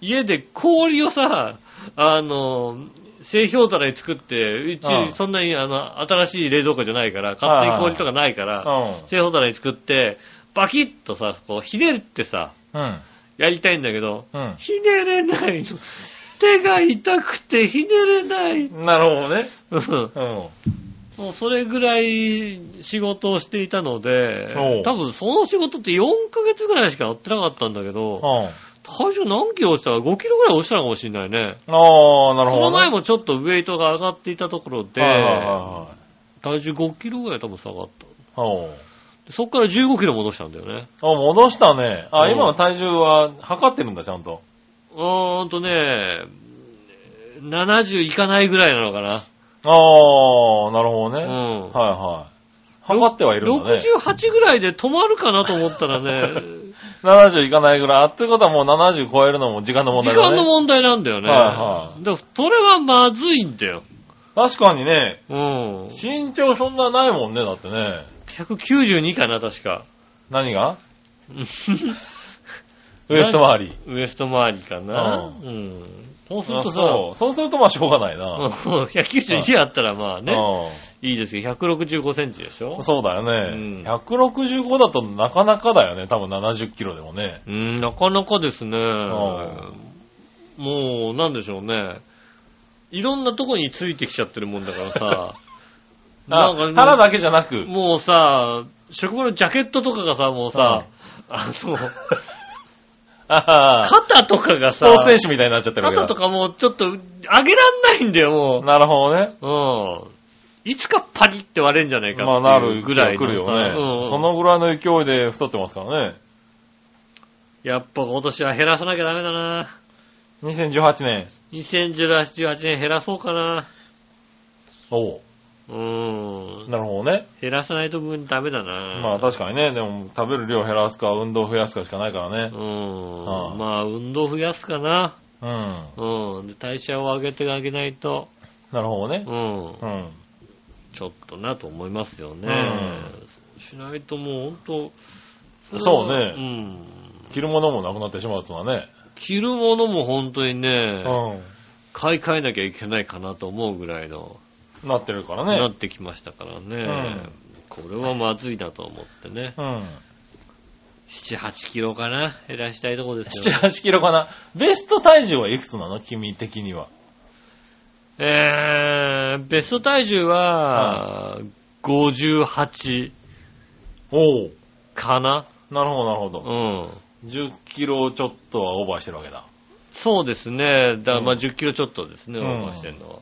[SPEAKER 2] 家で氷をさ、あの、製氷皿に作って、うち
[SPEAKER 3] うん
[SPEAKER 2] そんなにあの、新しい冷蔵庫じゃないから、勝手に氷とかないか
[SPEAKER 3] う
[SPEAKER 2] ら、
[SPEAKER 3] ん。
[SPEAKER 2] 製氷皿に作って、バキッとさ、こう、ひねるってさ、
[SPEAKER 3] うん。
[SPEAKER 2] やりたいんだけど、
[SPEAKER 3] うん。
[SPEAKER 2] ひねれ ないの。手が痛くてひねれない。
[SPEAKER 3] なるほどね。
[SPEAKER 2] うん
[SPEAKER 3] うん。
[SPEAKER 2] もうそれぐらい仕事をしていたので
[SPEAKER 3] お、う
[SPEAKER 2] 多分その仕事って4ヶ月ぐらいしかやってなかったんだけど、
[SPEAKER 3] うん。
[SPEAKER 2] 体重何キロ落ちたか5キロぐらい落ちたのかもしれないね。
[SPEAKER 3] ああ、なる
[SPEAKER 2] そ
[SPEAKER 3] ほどね。
[SPEAKER 2] の前もちょっとウェイトが上がっていたところで、
[SPEAKER 3] はいはいはいはい。
[SPEAKER 2] 体重5キロぐらい多分下がった。
[SPEAKER 3] おう
[SPEAKER 2] でそっから15キロ戻したんだよね。
[SPEAKER 3] あ、戻したね。
[SPEAKER 2] う
[SPEAKER 3] あ、
[SPEAKER 2] ん
[SPEAKER 3] 今の体重は測ってるんだ、ちゃんと。
[SPEAKER 2] うーんとね、70いかないぐらいなのかな。
[SPEAKER 3] ああ、なるほどね。
[SPEAKER 2] う
[SPEAKER 3] はい
[SPEAKER 2] ん。
[SPEAKER 3] はい。測ってはいるんだね。
[SPEAKER 2] 68ぐらいで止まるかなと思ったら ね、
[SPEAKER 3] 70いかないぐらい。あ、ってことはもう70超えるのも時間の問
[SPEAKER 2] 時
[SPEAKER 3] 題だ
[SPEAKER 2] 間
[SPEAKER 3] ね。
[SPEAKER 2] の問題なんだよね。
[SPEAKER 3] はいはい
[SPEAKER 2] でも、それはまずいんだよ。
[SPEAKER 3] 確かにね、
[SPEAKER 2] うん。
[SPEAKER 3] 身長そんなないもんね、だってね。
[SPEAKER 2] 192かな、確か。
[SPEAKER 3] 何がウエスト周り。
[SPEAKER 2] ウエスト周りかな。うん。そうする
[SPEAKER 3] あ
[SPEAKER 2] とさ、
[SPEAKER 3] そう。そうするとまあしょうがない
[SPEAKER 2] うん
[SPEAKER 3] な。
[SPEAKER 2] 192あったらまあね、
[SPEAKER 3] う
[SPEAKER 2] いいですけど、165センチでしょ
[SPEAKER 3] ん。そうだよ
[SPEAKER 2] うん
[SPEAKER 3] ね。165だとなかなかだよね。多分70キロでもね。
[SPEAKER 2] うーん、なかなかですね。
[SPEAKER 3] あ
[SPEAKER 2] もう、なんでしょうね。いろんなとこについてきちゃってるもんだからさ。
[SPEAKER 3] あ、
[SPEAKER 2] なんか
[SPEAKER 3] 腹だけじゃなく。
[SPEAKER 2] もうさ、職場のジャケットとかがさ、もうさ、あの、
[SPEAKER 3] ああ。
[SPEAKER 2] 肩とかが
[SPEAKER 3] ス
[SPEAKER 2] さ
[SPEAKER 3] ポ、ーツ選手みたいになっちゃってるわけ
[SPEAKER 2] 肩
[SPEAKER 3] だ
[SPEAKER 2] と。かもうちょっと上げらんないんだよ、も
[SPEAKER 3] なるほどね。
[SPEAKER 2] う。うん。いつかパリって割れんじゃないか
[SPEAKER 3] まあ
[SPEAKER 2] っ
[SPEAKER 3] な
[SPEAKER 2] てい
[SPEAKER 3] る
[SPEAKER 2] うぐらいのさ
[SPEAKER 3] 来るよ
[SPEAKER 2] う
[SPEAKER 3] ね。
[SPEAKER 2] ん
[SPEAKER 3] そのぐらいの勢いで太ってますからね。
[SPEAKER 2] やっぱ今年は減らさなきゃダメだな。
[SPEAKER 3] 2018年。
[SPEAKER 2] 2018年減らそうかな。
[SPEAKER 3] おう
[SPEAKER 2] うーん。
[SPEAKER 3] なるほどね。
[SPEAKER 2] 減らさないと分ダメだな。
[SPEAKER 3] まあ確かにね、でも食べる量減らすか運動増やすかしかないから
[SPEAKER 2] う
[SPEAKER 3] ね。
[SPEAKER 2] ん。
[SPEAKER 3] はあ
[SPEAKER 2] まあ、運動増やすかな。
[SPEAKER 3] うん。
[SPEAKER 2] うん。で、代謝を上げてあげないと、
[SPEAKER 3] なるほどね
[SPEAKER 2] う。ん。
[SPEAKER 3] うん。
[SPEAKER 2] ちょっとなと思いますよね。
[SPEAKER 3] うん
[SPEAKER 2] そうしないともう本当
[SPEAKER 3] そう
[SPEAKER 2] れは
[SPEAKER 3] ね
[SPEAKER 2] うん。
[SPEAKER 3] 着るものもなくなってしまうっつうのはね。
[SPEAKER 2] 着るものも本当にね、
[SPEAKER 3] う
[SPEAKER 2] 買い替えなきゃいけないかなと思うぐらいの、
[SPEAKER 3] ん。なってるから
[SPEAKER 2] な
[SPEAKER 3] ね
[SPEAKER 2] っ。てきましたからね。
[SPEAKER 3] ん
[SPEAKER 2] これはまずいなと思ってね。
[SPEAKER 3] うん。
[SPEAKER 2] 7、8キロかな減らしたいとこです
[SPEAKER 3] 7、
[SPEAKER 2] よ。
[SPEAKER 3] 8キロかな。ベスト体重はいくつなの君的には。
[SPEAKER 2] えー、ベスト体重は、58
[SPEAKER 3] おお。
[SPEAKER 2] かな
[SPEAKER 3] なるほど、なるほ
[SPEAKER 2] う
[SPEAKER 3] ど。
[SPEAKER 2] ん。
[SPEAKER 3] 10キロちょっとはオーバーしてるわけだ。
[SPEAKER 2] そうですね。だからまあ
[SPEAKER 3] うん
[SPEAKER 2] 10キロちょっとですね、オ
[SPEAKER 3] うん
[SPEAKER 2] ーバーしてるのは。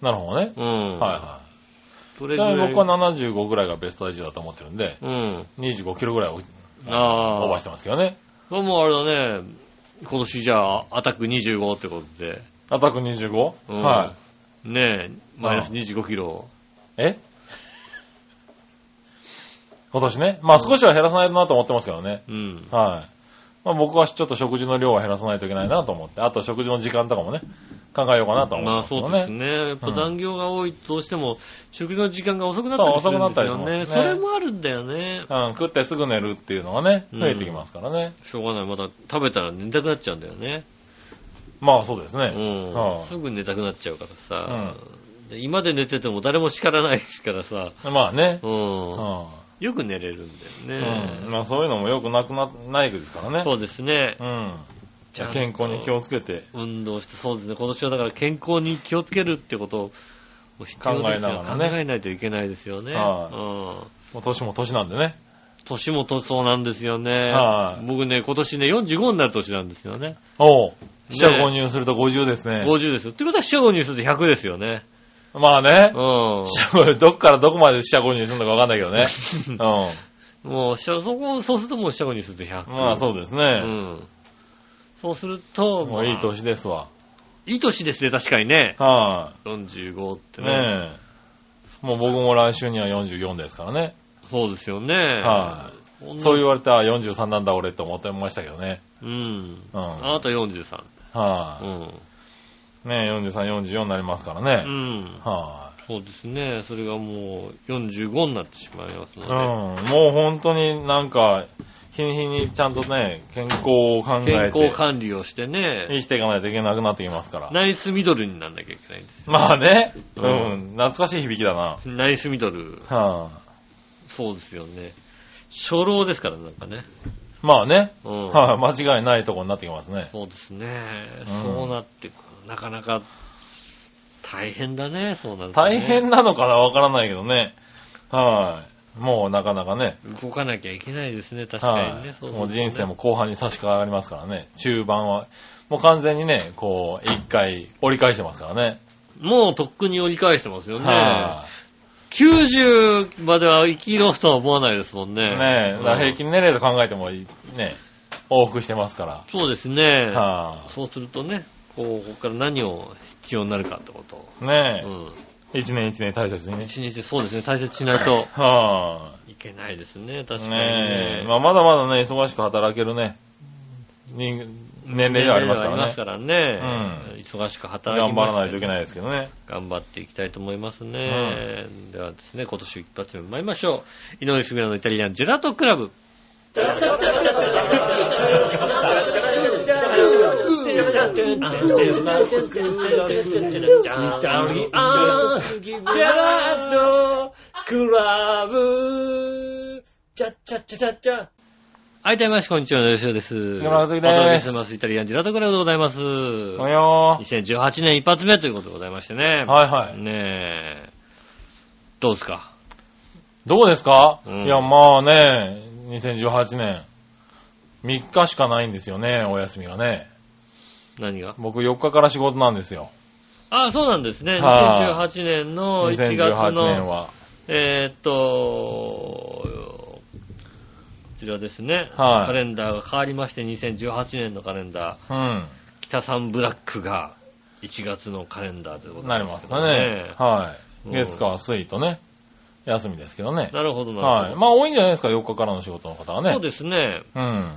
[SPEAKER 3] なるほどね。
[SPEAKER 2] うん。
[SPEAKER 3] はいはい。
[SPEAKER 2] それ
[SPEAKER 3] ち
[SPEAKER 2] ぐ
[SPEAKER 3] なみ
[SPEAKER 2] ら
[SPEAKER 3] に
[SPEAKER 2] い。
[SPEAKER 3] 僕は75ぐらいがベスト体重だと思ってるんで、
[SPEAKER 2] うん。
[SPEAKER 3] 25キロぐらいを
[SPEAKER 2] ああ。
[SPEAKER 3] オーバーしてますけどね。
[SPEAKER 2] これもうあれだね、今年じゃあ、アタック25ってことで。
[SPEAKER 3] アタック 25?
[SPEAKER 2] うん
[SPEAKER 3] はい。
[SPEAKER 2] ねえ、マイナス25キロ。
[SPEAKER 3] え今年ね。まあ少しは減らさないとなと思ってますけどね。
[SPEAKER 2] うん。
[SPEAKER 3] はい。まあ僕はちょっと食事の量は減らさないといけないなと思って、あと食事の時間とかもね、考えようかなとは
[SPEAKER 2] ま
[SPEAKER 3] 思
[SPEAKER 2] あ
[SPEAKER 3] ってますけ
[SPEAKER 2] そ
[SPEAKER 3] ど
[SPEAKER 2] う
[SPEAKER 3] ね。
[SPEAKER 2] ですね。やっぱ
[SPEAKER 3] うん
[SPEAKER 2] 残業が多いとどうしても、食事の時間が遅くなったりするんです
[SPEAKER 3] そう遅く
[SPEAKER 2] よ
[SPEAKER 3] なった
[SPEAKER 2] ね。
[SPEAKER 3] りします
[SPEAKER 2] そ
[SPEAKER 3] ね
[SPEAKER 2] れもあるんだよね。
[SPEAKER 3] うん、食ってすぐ寝るっていうのがね、増えてきますからね。
[SPEAKER 2] しょうがない。また食べたら寝たくなっちゃうんだよね。
[SPEAKER 3] まあそうです
[SPEAKER 2] う
[SPEAKER 3] ね。
[SPEAKER 2] ん。
[SPEAKER 3] はい
[SPEAKER 2] すぐ寝たくなっちゃうからさ。で今で寝てても誰も叱らないからさ。
[SPEAKER 3] まあね。
[SPEAKER 2] うん。
[SPEAKER 3] う
[SPEAKER 2] よく寝れるんだ
[SPEAKER 3] ん。
[SPEAKER 2] よね。
[SPEAKER 3] うんまあそういうのも良くなくな、ないですからね。
[SPEAKER 2] そうですね。
[SPEAKER 3] うん。じゃあ健康に気をつけて、
[SPEAKER 2] 運動して、そうですね。今年はだから健康に気をつけるってことを必要ですよ
[SPEAKER 3] 考えながらね
[SPEAKER 2] 考えないといけないですよね。うん
[SPEAKER 3] もう年も年なんでね。
[SPEAKER 2] 年もとそうなんですよね
[SPEAKER 3] は。い
[SPEAKER 2] 僕ね、今年ね、45になる年なんですよね。
[SPEAKER 3] おう。死者購入すると50ですね。
[SPEAKER 2] 50ですよ。ってことは、四捨五入すると100ですよね。
[SPEAKER 3] まあね
[SPEAKER 2] う。ん。
[SPEAKER 3] 死者どっからどこまで死者購入するのかわかんないけどね。
[SPEAKER 2] もう、しょそこ、そうするともう四捨五入すると100。
[SPEAKER 3] うん。まあそうです
[SPEAKER 2] う
[SPEAKER 3] ね。
[SPEAKER 2] ん。そうすると、
[SPEAKER 3] もういい
[SPEAKER 2] まあ
[SPEAKER 3] 年ですわ。
[SPEAKER 2] いい年ですね、確かにね。
[SPEAKER 3] は
[SPEAKER 2] 45って
[SPEAKER 3] い。
[SPEAKER 2] ね。
[SPEAKER 3] ねえ。もう僕も来週には44ですからね。
[SPEAKER 2] そうですよね。
[SPEAKER 3] は
[SPEAKER 2] ほんの
[SPEAKER 3] そう言われたら43なんだ俺って思ってましたけどね。
[SPEAKER 2] うん。
[SPEAKER 3] うん。
[SPEAKER 2] あなた43。う
[SPEAKER 3] は
[SPEAKER 2] ん。
[SPEAKER 3] い。ねえ、43、44になりますから
[SPEAKER 2] う
[SPEAKER 3] ね。
[SPEAKER 2] ん。
[SPEAKER 3] は
[SPEAKER 2] そうですね。それがもう45になってしまいます
[SPEAKER 3] い。う
[SPEAKER 2] の
[SPEAKER 3] ん。
[SPEAKER 2] で。
[SPEAKER 3] もう本当になんか、日に日にちゃんとね、健康を考
[SPEAKER 2] 健
[SPEAKER 3] え
[SPEAKER 2] 康
[SPEAKER 3] て、
[SPEAKER 2] 管理をして
[SPEAKER 3] 生
[SPEAKER 2] ね、
[SPEAKER 3] きていかないといけなくなってきますから。
[SPEAKER 2] ナイスミドルにならなきゃいけないんです。
[SPEAKER 3] まあね。
[SPEAKER 2] う
[SPEAKER 3] うんん。懐かしい響きだな。
[SPEAKER 2] ナイスミドル、
[SPEAKER 3] はあ、
[SPEAKER 2] そうですよね。初老ですからね、なんかね。
[SPEAKER 3] まあね。
[SPEAKER 2] うん。
[SPEAKER 3] はい、間違いないとこになってきますね。
[SPEAKER 2] そうですね。
[SPEAKER 3] ん
[SPEAKER 2] そうなってくるなかなか大変だね、そうなるとね
[SPEAKER 3] 大変なのかなわからないけどね。はい、もうなかなかね。
[SPEAKER 2] 動かなきゃいけないですね、確か
[SPEAKER 3] は
[SPEAKER 2] に
[SPEAKER 3] い、
[SPEAKER 2] ね。そうするとね
[SPEAKER 3] もう人生も後半に差し掛かりますからね。中盤は。もう完全にね、こう、一回折り返してますからね。
[SPEAKER 2] もうとっくに折り返してますよね。
[SPEAKER 3] はい、
[SPEAKER 2] 90までは生きろうとは思わないですもんね。
[SPEAKER 3] ねえ、だから
[SPEAKER 2] うん
[SPEAKER 3] 平均年齢と考えても、いね、往復してますから。
[SPEAKER 2] そうですね。
[SPEAKER 3] は
[SPEAKER 2] そうするとね、こう、ここから何を必要になるかってことを。
[SPEAKER 3] い、
[SPEAKER 2] う
[SPEAKER 3] ね
[SPEAKER 2] ん。
[SPEAKER 3] え、一年一年大切にね。
[SPEAKER 2] 一日そうですね、大切にしないと
[SPEAKER 3] はい、
[SPEAKER 2] いけないですね、確かに
[SPEAKER 3] ね
[SPEAKER 2] ね。
[SPEAKER 3] え、まあ、まだまだね、忙しく働けるね、人年齢がありますからね。
[SPEAKER 2] ね忙しく働き
[SPEAKER 3] 頑張ら
[SPEAKER 2] ま
[SPEAKER 3] な
[SPEAKER 2] す
[SPEAKER 3] いといけないですけどね。
[SPEAKER 2] 頑張っていきたいと思いますね。ではですね、今年一発目参りましょう。井上杉村のイタリアンジェラートクラブ。はい、どうもみなさん、こんにちは、よろしおです。
[SPEAKER 3] 野村和樹です
[SPEAKER 2] お届けしてます。イタリアンジェラートクラブでございます。
[SPEAKER 3] およ
[SPEAKER 2] 2018年一発目ということでございましてね。
[SPEAKER 3] ー。はいはい。
[SPEAKER 2] ねえ。どうですか
[SPEAKER 3] どうですか、
[SPEAKER 2] うん
[SPEAKER 3] いや、まあね、2018年、3日しかないんですよね、お休みがね。
[SPEAKER 2] 何が
[SPEAKER 3] 僕4日から仕事なんですよ。
[SPEAKER 2] ああ、そうなんですね。
[SPEAKER 3] は
[SPEAKER 2] 2018年の1月
[SPEAKER 3] 2018年
[SPEAKER 2] の、
[SPEAKER 3] は。
[SPEAKER 2] えーっと、こちらですね。
[SPEAKER 3] はい
[SPEAKER 2] カレンダーが変わりまして、2018年のカレンダー、
[SPEAKER 3] うん。
[SPEAKER 2] 北さんブラックが1月のカレンダーということ
[SPEAKER 3] なりますかね。はい。
[SPEAKER 2] うん
[SPEAKER 3] 月火水とね、休みですけどね。
[SPEAKER 2] なるほど、な
[SPEAKER 3] は
[SPEAKER 2] る
[SPEAKER 3] い。
[SPEAKER 2] ほど。
[SPEAKER 3] まあ多いんじゃないですか、4日からの仕事の方はね。
[SPEAKER 2] そうですね。
[SPEAKER 3] うん。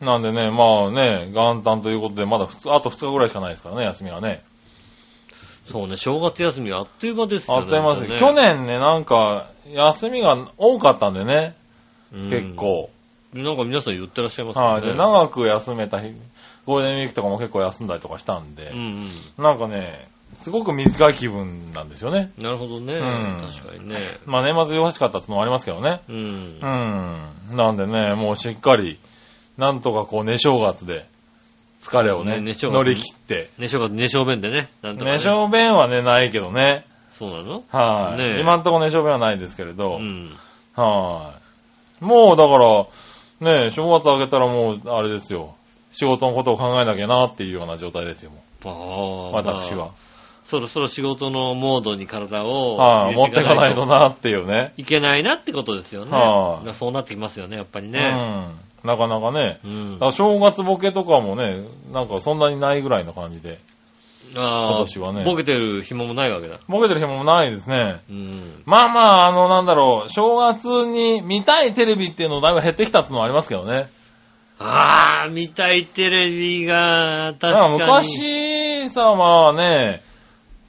[SPEAKER 3] なんでね、まあね、元旦ということで、まだふつあと2日ぐらいしかないですからね、休みはね。
[SPEAKER 2] そうね、正月休みあっという間ですよ
[SPEAKER 3] あ
[SPEAKER 2] ね。
[SPEAKER 3] っという間ですよ。去
[SPEAKER 2] 本
[SPEAKER 3] 年ね、なんか、休みが多かったんでね、
[SPEAKER 2] 当ね、
[SPEAKER 3] 結構。
[SPEAKER 2] うん。なんか皆さん言ってらっしゃいます
[SPEAKER 3] はい。
[SPEAKER 2] ね。
[SPEAKER 3] で、長く休めた日、ゴールデンウィークとかも結構休んだりとかしたんで
[SPEAKER 2] うん、うん。
[SPEAKER 3] なんかね、すごく短い気分なんですよね。
[SPEAKER 2] なるほどね。
[SPEAKER 3] うん
[SPEAKER 2] 確かにね。
[SPEAKER 3] まあ年末忙しかったってのもありますけどね。
[SPEAKER 2] う。
[SPEAKER 3] うんん。なんでね、もうしっかり、なんとかこう、寝正月で、疲れをね、
[SPEAKER 2] ね寝正月
[SPEAKER 3] 乗り切って。
[SPEAKER 2] 寝正月、寝正弁でね。なんとか、ね。
[SPEAKER 3] 寝小便はね、ないけどね。
[SPEAKER 2] そうなの
[SPEAKER 3] はい、
[SPEAKER 2] ねえ
[SPEAKER 3] 今んところ寝小便はないですけれ
[SPEAKER 2] う
[SPEAKER 3] ど。
[SPEAKER 2] ん。
[SPEAKER 3] はい。もうだから、ねえ、正月明けたらもう、あれですよ。仕事のことを考えなきゃなっていうような状態ですよ、も
[SPEAKER 2] ああ
[SPEAKER 3] う。私
[SPEAKER 2] ま
[SPEAKER 3] は
[SPEAKER 2] あ。そろそろ仕事のモードに体を、
[SPEAKER 3] はい、持
[SPEAKER 2] 入
[SPEAKER 3] っ
[SPEAKER 2] れ
[SPEAKER 3] てかないと。なっていうね。
[SPEAKER 2] いけないなってことですよね。
[SPEAKER 3] はい
[SPEAKER 2] まあそうなってきますよね、やっぱり
[SPEAKER 3] う
[SPEAKER 2] ね。
[SPEAKER 3] ん。なかなかね。
[SPEAKER 2] うん
[SPEAKER 3] だから正月ボケとかもね、なんかそんなにないぐらいの感じで。
[SPEAKER 2] ああ
[SPEAKER 3] 今年はね
[SPEAKER 2] ボケてる暇もないわけだ。
[SPEAKER 3] ボケてる暇もないですね。
[SPEAKER 2] うん。
[SPEAKER 3] まあまあ、あの、なんだろう、正月に見たいテレビっていうのだいぶ減ってきたっていうのはありますけどね。
[SPEAKER 2] ああ、見たいテレビが、確かに。
[SPEAKER 3] だから昔さ、まあね、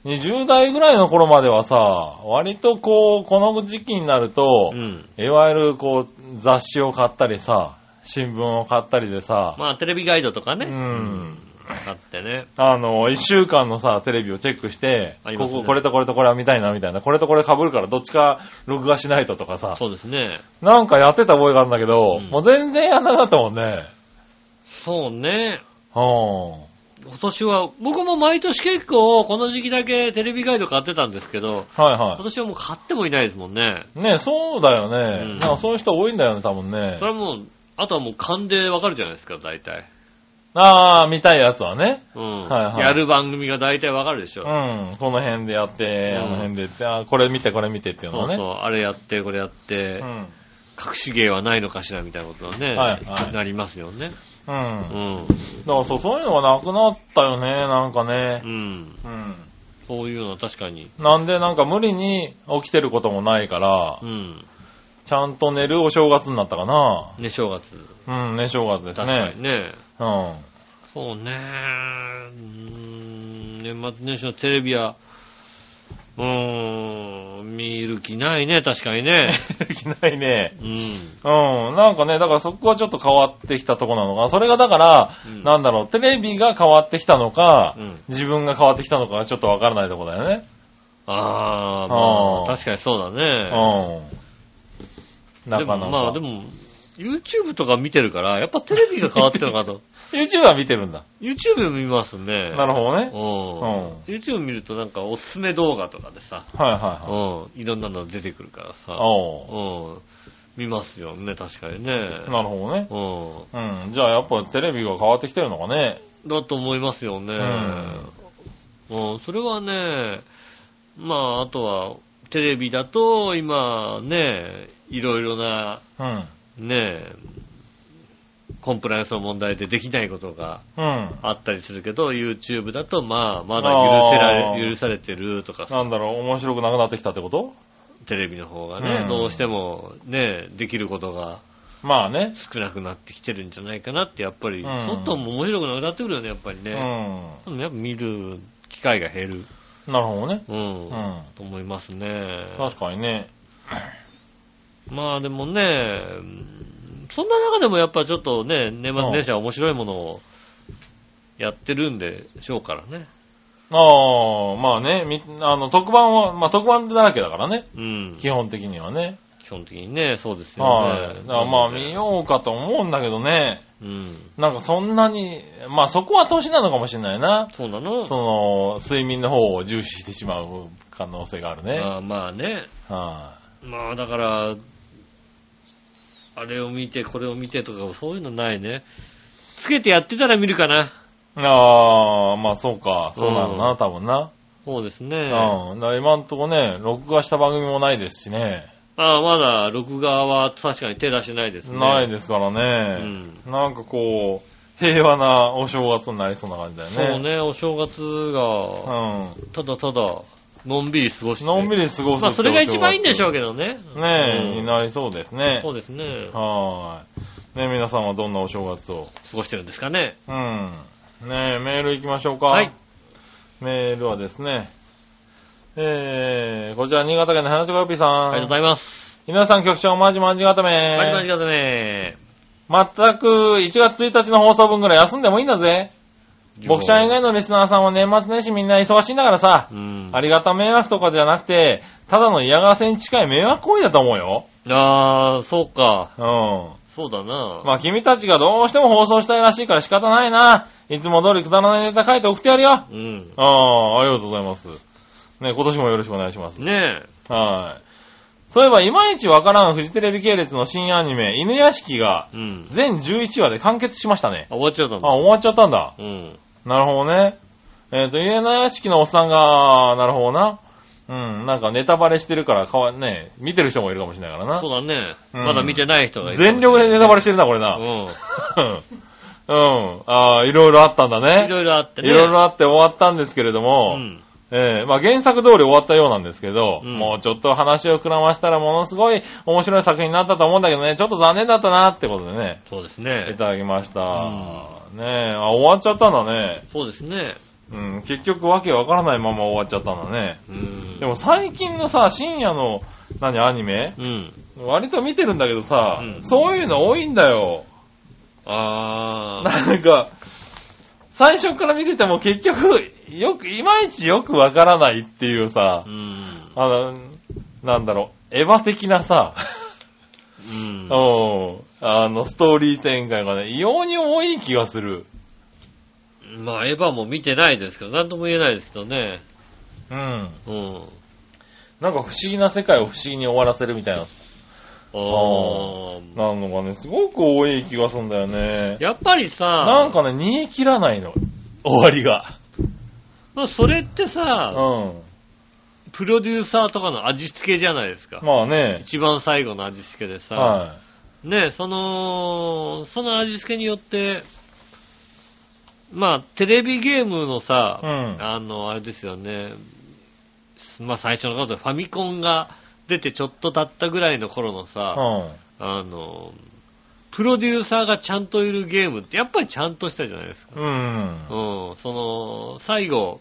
[SPEAKER 3] 20代ぐらいの頃まではさ、割とこう、この時期になると
[SPEAKER 2] う、ん。
[SPEAKER 3] いわゆるこう、雑誌を買ったりさ、新聞を買ったりでさ、
[SPEAKER 2] まあ、テレビガイドとかね。
[SPEAKER 3] うん
[SPEAKER 2] 買ってね。
[SPEAKER 3] あの、一週間のさ、テレビをチェックして、
[SPEAKER 2] ありま
[SPEAKER 3] こ
[SPEAKER 2] すね
[SPEAKER 3] こ、これとこれとこれは見たいな、みたいな。これとこれ被るからどっちか録画しないととかさ、
[SPEAKER 2] そうですね。
[SPEAKER 3] なんかやってた覚えがあるんだけど、
[SPEAKER 2] うん
[SPEAKER 3] もう全然やんなかったもんね。
[SPEAKER 2] そうね。
[SPEAKER 3] うん。
[SPEAKER 2] 今年は、僕も毎年結構、この時期だけテレビガイド買ってたんですけど、
[SPEAKER 3] は
[SPEAKER 2] 今
[SPEAKER 3] いは
[SPEAKER 2] 年はもう買ってもいないですもんね。
[SPEAKER 3] い。ねそうだよね。
[SPEAKER 2] うん
[SPEAKER 3] なんかそういう人多いんだよね、多分ね
[SPEAKER 2] そ。れはもう、あとはもう勘でわかるじゃないですか、大体。
[SPEAKER 3] ああ、見たいやつはね。
[SPEAKER 2] うん。
[SPEAKER 3] はいはい
[SPEAKER 2] やる番組が大体わかるでし
[SPEAKER 3] う
[SPEAKER 2] ょ。
[SPEAKER 3] ん。この辺でやって、
[SPEAKER 2] うん
[SPEAKER 3] あの辺でって、あーこれ見て、これ見てっていう
[SPEAKER 2] そ
[SPEAKER 3] のは
[SPEAKER 2] う
[SPEAKER 3] ね。
[SPEAKER 2] そう、あれやって、これやって、
[SPEAKER 3] うん。
[SPEAKER 2] 隠し芸はないのかしらみたいなことはね、
[SPEAKER 3] はいはい
[SPEAKER 2] なりますよね。
[SPEAKER 3] う。
[SPEAKER 2] うんん。
[SPEAKER 3] だからそう、そういうのがなくなったよね、なんか
[SPEAKER 2] う
[SPEAKER 3] ね。
[SPEAKER 2] ん。
[SPEAKER 3] うん。
[SPEAKER 2] そういうのは確かに。
[SPEAKER 3] なんで、なんか無理に起きてることもないから
[SPEAKER 2] う、ん。
[SPEAKER 3] ちゃんと寝るお正月になったかな。
[SPEAKER 2] ね、正月。
[SPEAKER 3] うん、ね、正月です
[SPEAKER 2] 確かに
[SPEAKER 3] ね。
[SPEAKER 2] ね。
[SPEAKER 3] うん。
[SPEAKER 2] そうね。うーん。年末年始のテレビは、うーん、見る気ないね、確かにね。
[SPEAKER 3] でき ないね。
[SPEAKER 2] うん。
[SPEAKER 3] うん。なんかね、だからそこはちょっと変わってきたとこなのかな。それがだから、
[SPEAKER 2] うん
[SPEAKER 3] なんだろう、テレビが変わってきたのか、
[SPEAKER 2] うん
[SPEAKER 3] 自分が変わってきたのかがちょっとわからないとこだよね。
[SPEAKER 2] あー、ま
[SPEAKER 3] あ
[SPEAKER 2] あ、
[SPEAKER 3] ー
[SPEAKER 2] 確かにそうだね。
[SPEAKER 3] うん。な
[SPEAKER 2] で
[SPEAKER 3] か
[SPEAKER 2] も、
[SPEAKER 3] なか。
[SPEAKER 2] まあでも、YouTube とか見てるから、やっぱテレビが変わってるのかと。
[SPEAKER 3] YouTube は見てるんだ。
[SPEAKER 2] YouTube 見ますね。
[SPEAKER 3] なるほどね。
[SPEAKER 2] ほうん。YouTube 見るとなんかおすすめ動画とかでさ、
[SPEAKER 3] はい
[SPEAKER 2] う
[SPEAKER 3] はいはい。
[SPEAKER 2] ん。いろんなの出てくるからさ、
[SPEAKER 3] おう
[SPEAKER 2] うん。見ますよね、確かにね。
[SPEAKER 3] なるほどね。
[SPEAKER 2] うん。
[SPEAKER 3] うん。じゃあやっぱテレビが変わってきてるのかね。
[SPEAKER 2] だと思いますよね。うん、それはね、まあ、あとは、テレビだと、今、ね、いろいろな、
[SPEAKER 3] うん。
[SPEAKER 2] ね、コンプライアンスの問題でできないことが
[SPEAKER 3] うん。
[SPEAKER 2] あったりするけど、YouTube だと、まあ、まだ許せら
[SPEAKER 3] あ
[SPEAKER 2] れ、
[SPEAKER 3] ー
[SPEAKER 2] 許されてるとかさ、
[SPEAKER 3] なんだろう、面白くなくなってきたってこと
[SPEAKER 2] テレビの方がね、
[SPEAKER 3] うん
[SPEAKER 2] どうしても、ね、できることが
[SPEAKER 3] まあね。
[SPEAKER 2] 少なくなってきてるんじゃないかなって、やっぱり、
[SPEAKER 3] うん
[SPEAKER 2] 外も面白くなくなってくるよね、やっぱり
[SPEAKER 3] う
[SPEAKER 2] ね。
[SPEAKER 3] ん。
[SPEAKER 2] でもやっぱ見る機会が減る。
[SPEAKER 3] なるほどね。
[SPEAKER 2] うん。
[SPEAKER 3] うん
[SPEAKER 2] と思いますね。
[SPEAKER 3] 確かにね。
[SPEAKER 2] まあでもね、うんそんな中でもやっぱちょっとね、年末年始は面白いものをやってるんでしょうからね。
[SPEAKER 3] ああ、まあね、み、あの、特番は、まあ特番だらけだからね。
[SPEAKER 2] うん。
[SPEAKER 3] 基本的にはね。
[SPEAKER 2] 基本的にね、そうですよ
[SPEAKER 3] はい。
[SPEAKER 2] ね。
[SPEAKER 3] だからまあ
[SPEAKER 2] なので
[SPEAKER 3] 見ようかと思うんだけどね。
[SPEAKER 2] うん。
[SPEAKER 3] なんかそんなに、まあそこは年なのかもしれないな。
[SPEAKER 2] そうなの
[SPEAKER 3] その、睡眠の方を重視してしまう可能性があるね。はい、
[SPEAKER 2] まあまあね。まあだから、あれを見て、これを見てとか、そういうのないね。つけてやってたら見るかな。
[SPEAKER 3] ああ、まあそうか。そうなのな、
[SPEAKER 2] うん
[SPEAKER 3] 多分な。
[SPEAKER 2] そうですね。
[SPEAKER 3] うん。だから今んとこね、録画した番組もないですしね。
[SPEAKER 2] ああ、まだ録画は確かに手出してないですね。
[SPEAKER 3] ないですから
[SPEAKER 2] う
[SPEAKER 3] ね。
[SPEAKER 2] ん。
[SPEAKER 3] なんかこう、平和なお正月になりそうな感じだよね。
[SPEAKER 2] そうね、お正月が、
[SPEAKER 3] う
[SPEAKER 2] ただただ、のんびり過ごして。
[SPEAKER 3] ん。のんびり過ごす
[SPEAKER 2] まあ、それが一番いいんでしょう
[SPEAKER 3] け
[SPEAKER 2] けどね。
[SPEAKER 3] ど。ねえ、
[SPEAKER 2] うん
[SPEAKER 3] になりそうですね
[SPEAKER 2] そう。ですね。過
[SPEAKER 3] はーい。ねえ皆さんはどんなお正月を
[SPEAKER 2] ごしてるんですかね。
[SPEAKER 3] うん。ねえ、メール行きましょうか。
[SPEAKER 2] はい。
[SPEAKER 3] メールはですね、えー、こちら、新潟県の花塚よぴさん。
[SPEAKER 2] ありがとうございます。
[SPEAKER 3] 皆さん局長、まじまじがため。
[SPEAKER 2] まじまじくださいね。
[SPEAKER 3] まったく、1月1日の放送分ぐらい休んでもいいんだぜ。僕ちゃん以外
[SPEAKER 2] の。
[SPEAKER 3] のリスナーさんは年末年始みんな忙しいんだからさ
[SPEAKER 2] う、ん。
[SPEAKER 3] ありがた迷惑とかじゃなくて、ただの嫌がらせに近い迷惑行為だと思うよ。
[SPEAKER 2] あー、そうか。
[SPEAKER 3] うん。
[SPEAKER 2] そうだな。
[SPEAKER 3] まあ君たちがどうしても放送したいらしいから仕方ないな。いつも通りくだらないネタ書いて送ってやるよ。
[SPEAKER 2] うん。
[SPEAKER 3] ああ、ありがとうございます。ね、今年もよろしくお願いします。
[SPEAKER 2] ねえ。
[SPEAKER 3] はい。そういえば、いまいちわからんフジテレビ系列の新アニメ、犬屋敷が
[SPEAKER 2] うん。
[SPEAKER 3] 全11話で完結しましたね。
[SPEAKER 2] あ、終わっちゃったん
[SPEAKER 3] あ、
[SPEAKER 2] だ。
[SPEAKER 3] 終わっちゃったんだ。
[SPEAKER 2] うん。
[SPEAKER 3] なるほどね。えっ、と、犬屋敷のおっさんが、なるほどな。うん、なんかネタバレしてるから、かわね、見てる人もいるかもしれないから
[SPEAKER 2] そう
[SPEAKER 3] な。
[SPEAKER 2] だね。
[SPEAKER 3] うん
[SPEAKER 2] まだ見てない人がいる。
[SPEAKER 3] 全力でネタバレしてるな、これ
[SPEAKER 2] う
[SPEAKER 3] な。
[SPEAKER 2] ん。
[SPEAKER 3] うん。ああ、いろいろあったんだ
[SPEAKER 2] い
[SPEAKER 3] ね。
[SPEAKER 2] ろいろあって
[SPEAKER 3] い
[SPEAKER 2] ね。
[SPEAKER 3] ろいろあって終わったんですけれども、
[SPEAKER 2] うん。
[SPEAKER 3] ええまあ原作通り終わったようなんですけど、
[SPEAKER 2] うん
[SPEAKER 3] もうちょっと話を膨らましたらものすごい面白い作品になったと思うんだけどね、ちょっと残念だったなってことでね、
[SPEAKER 2] そうです
[SPEAKER 3] い
[SPEAKER 2] ね。
[SPEAKER 3] ただきました。ねえ、あ、終わっちゃったんだね。
[SPEAKER 2] そうですね。
[SPEAKER 3] うん、結局わけわからないまま終わっちゃったんだね。
[SPEAKER 2] うん。
[SPEAKER 3] でも最近のさ、深夜の、何、アニメ
[SPEAKER 2] うん。
[SPEAKER 3] 割と見てるんだけどさ、
[SPEAKER 2] うん
[SPEAKER 3] そういうの多いんだよ。
[SPEAKER 2] あー。
[SPEAKER 3] なんか、最初から見てても結局、よく、いまいちよくわからないっていうさ
[SPEAKER 2] う、ん。
[SPEAKER 3] あの、なんだろう、エヴァ的なさ、
[SPEAKER 2] うん。
[SPEAKER 3] うん、あの、ストーリー展開がね、異様に多い気がする。
[SPEAKER 2] まあ、エヴァも見てないですけど、なんとも言えないですけどね。
[SPEAKER 3] うん。なんか
[SPEAKER 2] うん。
[SPEAKER 3] 不思議な世界を不思議に終わらせるみたいな、
[SPEAKER 2] あー
[SPEAKER 3] なのがね、すごく多い気がするんだよね。
[SPEAKER 2] やっぱりさ、
[SPEAKER 3] なんかね、煮え切らないの。終わりが。
[SPEAKER 2] まあ、それって
[SPEAKER 3] う
[SPEAKER 2] さ、
[SPEAKER 3] ん。
[SPEAKER 2] プロデューサーとかの味付けじゃないですか。
[SPEAKER 3] まあね、
[SPEAKER 2] 一番最後の味付けでさ、
[SPEAKER 3] は
[SPEAKER 2] ね、その、その味付けによって、まあ、テレビゲームのさ、
[SPEAKER 3] うん
[SPEAKER 2] あの、あれですよね、まあ最初の頃でファミコンが出てちょっと経ったぐらいの頃の
[SPEAKER 3] い。
[SPEAKER 2] さ、
[SPEAKER 3] うん。
[SPEAKER 2] あの、プロデューサーがちゃんといるゲームってやっぱりちゃんとしたじゃないですか。
[SPEAKER 3] うん。
[SPEAKER 2] うん、その、最後、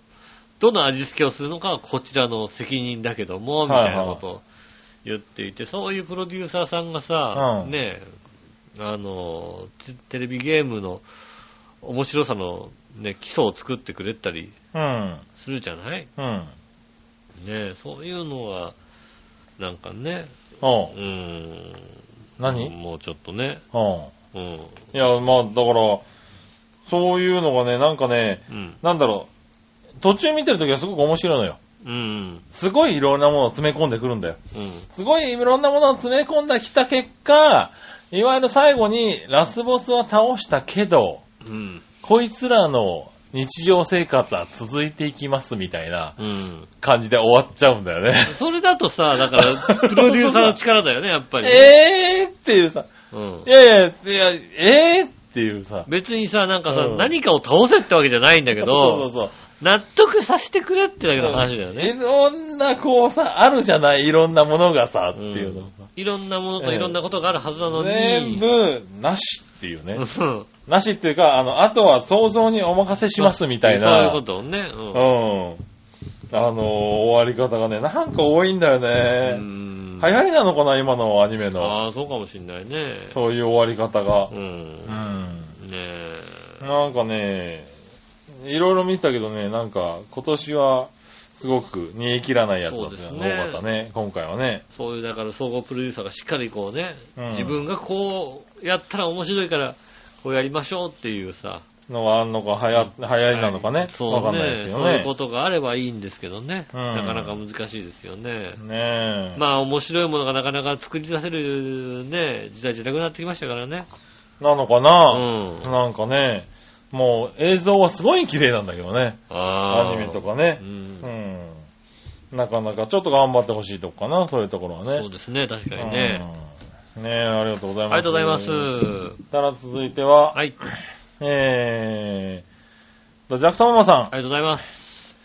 [SPEAKER 2] どの味付けをするのかはこちらの責任だけども、みたいなことを言っていて、そういうプロデューサーさんがさ、
[SPEAKER 3] うん
[SPEAKER 2] ねえ、あの、テテレビゲームの面白さの、ね、基礎を作ってくれたり
[SPEAKER 3] うん。
[SPEAKER 2] するじゃない
[SPEAKER 3] うん。
[SPEAKER 2] ねえ、そういうのは、なんかね、
[SPEAKER 3] お
[SPEAKER 2] う
[SPEAKER 3] う
[SPEAKER 2] ーん。
[SPEAKER 3] 何
[SPEAKER 2] もうちょっとね、
[SPEAKER 3] うん。
[SPEAKER 2] うん。
[SPEAKER 3] いや、まあ、だから、そういうのがね、なんかね、
[SPEAKER 2] うん。
[SPEAKER 3] なんだろう、途中見てるときはすごく面白いのよ。
[SPEAKER 2] うん。
[SPEAKER 3] すごいいろんなものを詰め込んでくるんだよ。
[SPEAKER 2] うん。
[SPEAKER 3] すごいいろんなものを詰め込んだきた結果、いわゆる最後にラスボスは倒したけど、
[SPEAKER 2] うん。
[SPEAKER 3] こいつらの日常生活は続いていきますみたいな
[SPEAKER 2] うん。
[SPEAKER 3] 感じで終わっちゃうんだよね。
[SPEAKER 2] それだとさ、だ から、プロデューサーの力だよね、やっぱりね。
[SPEAKER 3] えーっていうさ、
[SPEAKER 2] うん
[SPEAKER 3] い。やいや、いや、えーっていうさ。
[SPEAKER 2] 別にさ、なんかさ、
[SPEAKER 3] うん
[SPEAKER 2] 何かを倒せってわけじゃないんだけ
[SPEAKER 3] そう
[SPEAKER 2] ど、
[SPEAKER 3] そうそう。
[SPEAKER 2] 納得させてくれってだけの話だよね。
[SPEAKER 3] いろんな、こうさ、あるじゃない、いろんなものがさ、っていうの
[SPEAKER 2] ん。いろんなものといろんなことがあるはずなのに、
[SPEAKER 3] 全部、なしっていうね。
[SPEAKER 2] うん
[SPEAKER 3] なしっていうか、あの、あとは想像にお任せしますみたいな。
[SPEAKER 2] そういうことをね。うん
[SPEAKER 3] うん。あのー終わり方がね、なんか多いんだよ
[SPEAKER 2] う
[SPEAKER 3] ね。
[SPEAKER 2] んうん
[SPEAKER 3] 流行りなのかな、今のアニメの。
[SPEAKER 2] ああ、そうかもしんないね。
[SPEAKER 3] そういう終わり方が
[SPEAKER 2] う。ん。
[SPEAKER 3] う
[SPEAKER 2] ね
[SPEAKER 3] ん。
[SPEAKER 2] え。
[SPEAKER 3] なんかね、いろいろ見たけどね、なんか今年はすごく煮え切らないやつだっ
[SPEAKER 2] そうで
[SPEAKER 3] たよ
[SPEAKER 2] すね
[SPEAKER 3] ね。多かったね、今回はね。
[SPEAKER 2] そういう、だから総合プロデューサーがしっかりこうね、
[SPEAKER 3] うん
[SPEAKER 2] 自分がこうやったら面白いから、こうやりましょうっていうさ。
[SPEAKER 3] のがあんのか、流行流行りなのかね。
[SPEAKER 2] そう
[SPEAKER 3] わかんない
[SPEAKER 2] ね
[SPEAKER 3] ですけど
[SPEAKER 2] そういう
[SPEAKER 3] ね
[SPEAKER 2] こ。とがあればいいんですけどね。
[SPEAKER 3] うん
[SPEAKER 2] なかなか難しいですよね。
[SPEAKER 3] ねえ。
[SPEAKER 2] まあ面白いものがなかなか作り出せるね、時代じゃなくなってきましたからね。
[SPEAKER 3] なのか
[SPEAKER 2] う
[SPEAKER 3] な、
[SPEAKER 2] ん。
[SPEAKER 3] なんかね、もう映像はすごい綺麗なんだけどね。
[SPEAKER 2] あ
[SPEAKER 3] アニメと
[SPEAKER 2] か。
[SPEAKER 3] か
[SPEAKER 2] う
[SPEAKER 3] ね。
[SPEAKER 2] ん
[SPEAKER 3] う。ん。なかなかちょっと頑張ってほしいとこかな、そういうところはね。
[SPEAKER 2] そうですね、確かにね。
[SPEAKER 3] うん。ねえ、ありがとうござい
[SPEAKER 2] ありが
[SPEAKER 3] ます。
[SPEAKER 2] とうございます。
[SPEAKER 3] たら続いては、
[SPEAKER 2] はい。
[SPEAKER 3] えーと、ジャクソンママさ
[SPEAKER 2] ありがとうございます。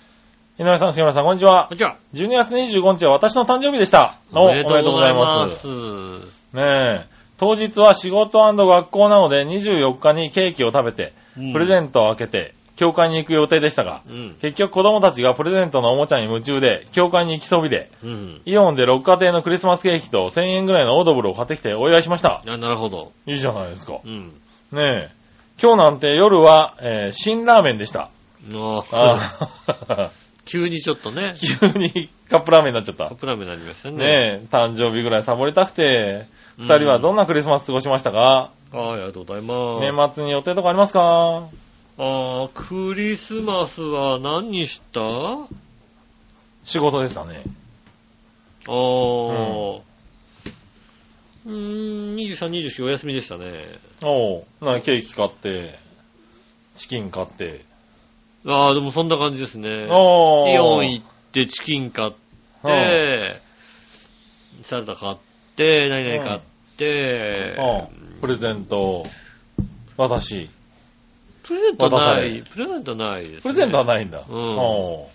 [SPEAKER 3] ん、井上さん、杉村さん、こんにち
[SPEAKER 2] こ
[SPEAKER 3] は
[SPEAKER 2] ん。にちは。
[SPEAKER 3] 12月25日は私の誕生日でした。おおめでとうございま
[SPEAKER 2] お
[SPEAKER 3] す。
[SPEAKER 2] めでとうございます。
[SPEAKER 3] ねえ、当日は仕事学校なので24日にケーキを食べて、プレゼ
[SPEAKER 2] ン
[SPEAKER 3] ントを開けて、教会に行く予定でしたが、
[SPEAKER 2] ト。うん。
[SPEAKER 3] 結局子供たちがプレゼントのおもちゃに夢中で、教会に行きそびれ、
[SPEAKER 2] うん。
[SPEAKER 3] イオンで6家庭のクリスマスケーキと1000円ぐらいのオードブルを買ってきてお祝いしました。
[SPEAKER 2] あなるほど。
[SPEAKER 3] いいじゃないですか。
[SPEAKER 2] うん。
[SPEAKER 3] ねえ。今日なんて夜は、えー辛ラーメンでした。
[SPEAKER 2] ああ、
[SPEAKER 3] あ
[SPEAKER 2] 急にちょっと ね、
[SPEAKER 3] 急にカップラーメンになっちゃっ
[SPEAKER 2] カッ
[SPEAKER 3] た。
[SPEAKER 2] プラーメンになりましたね。
[SPEAKER 3] ねえ、誕生日ぐらいサボりたくて、二人はどんなクリスマス過ごしましたか、
[SPEAKER 2] はい、ありがとうございます。
[SPEAKER 3] 年末に予定とかありますか
[SPEAKER 2] ああ、クリスマスは何したあ
[SPEAKER 3] 仕事でしたね。
[SPEAKER 2] あ、うーん、23、24お休みでしたね。
[SPEAKER 3] おうなんかケーキ買って、チキン買って。
[SPEAKER 2] ああ、でもそんな感じですね。
[SPEAKER 3] おう
[SPEAKER 2] イオン行ってチキン買って、サラダ買って、何々買って、
[SPEAKER 3] うんうんプレゼント、私。
[SPEAKER 2] プレゼントな
[SPEAKER 3] 渡され
[SPEAKER 2] い、プレゼントないです、ね。
[SPEAKER 3] プレゼントはないんだ。
[SPEAKER 2] うん
[SPEAKER 3] お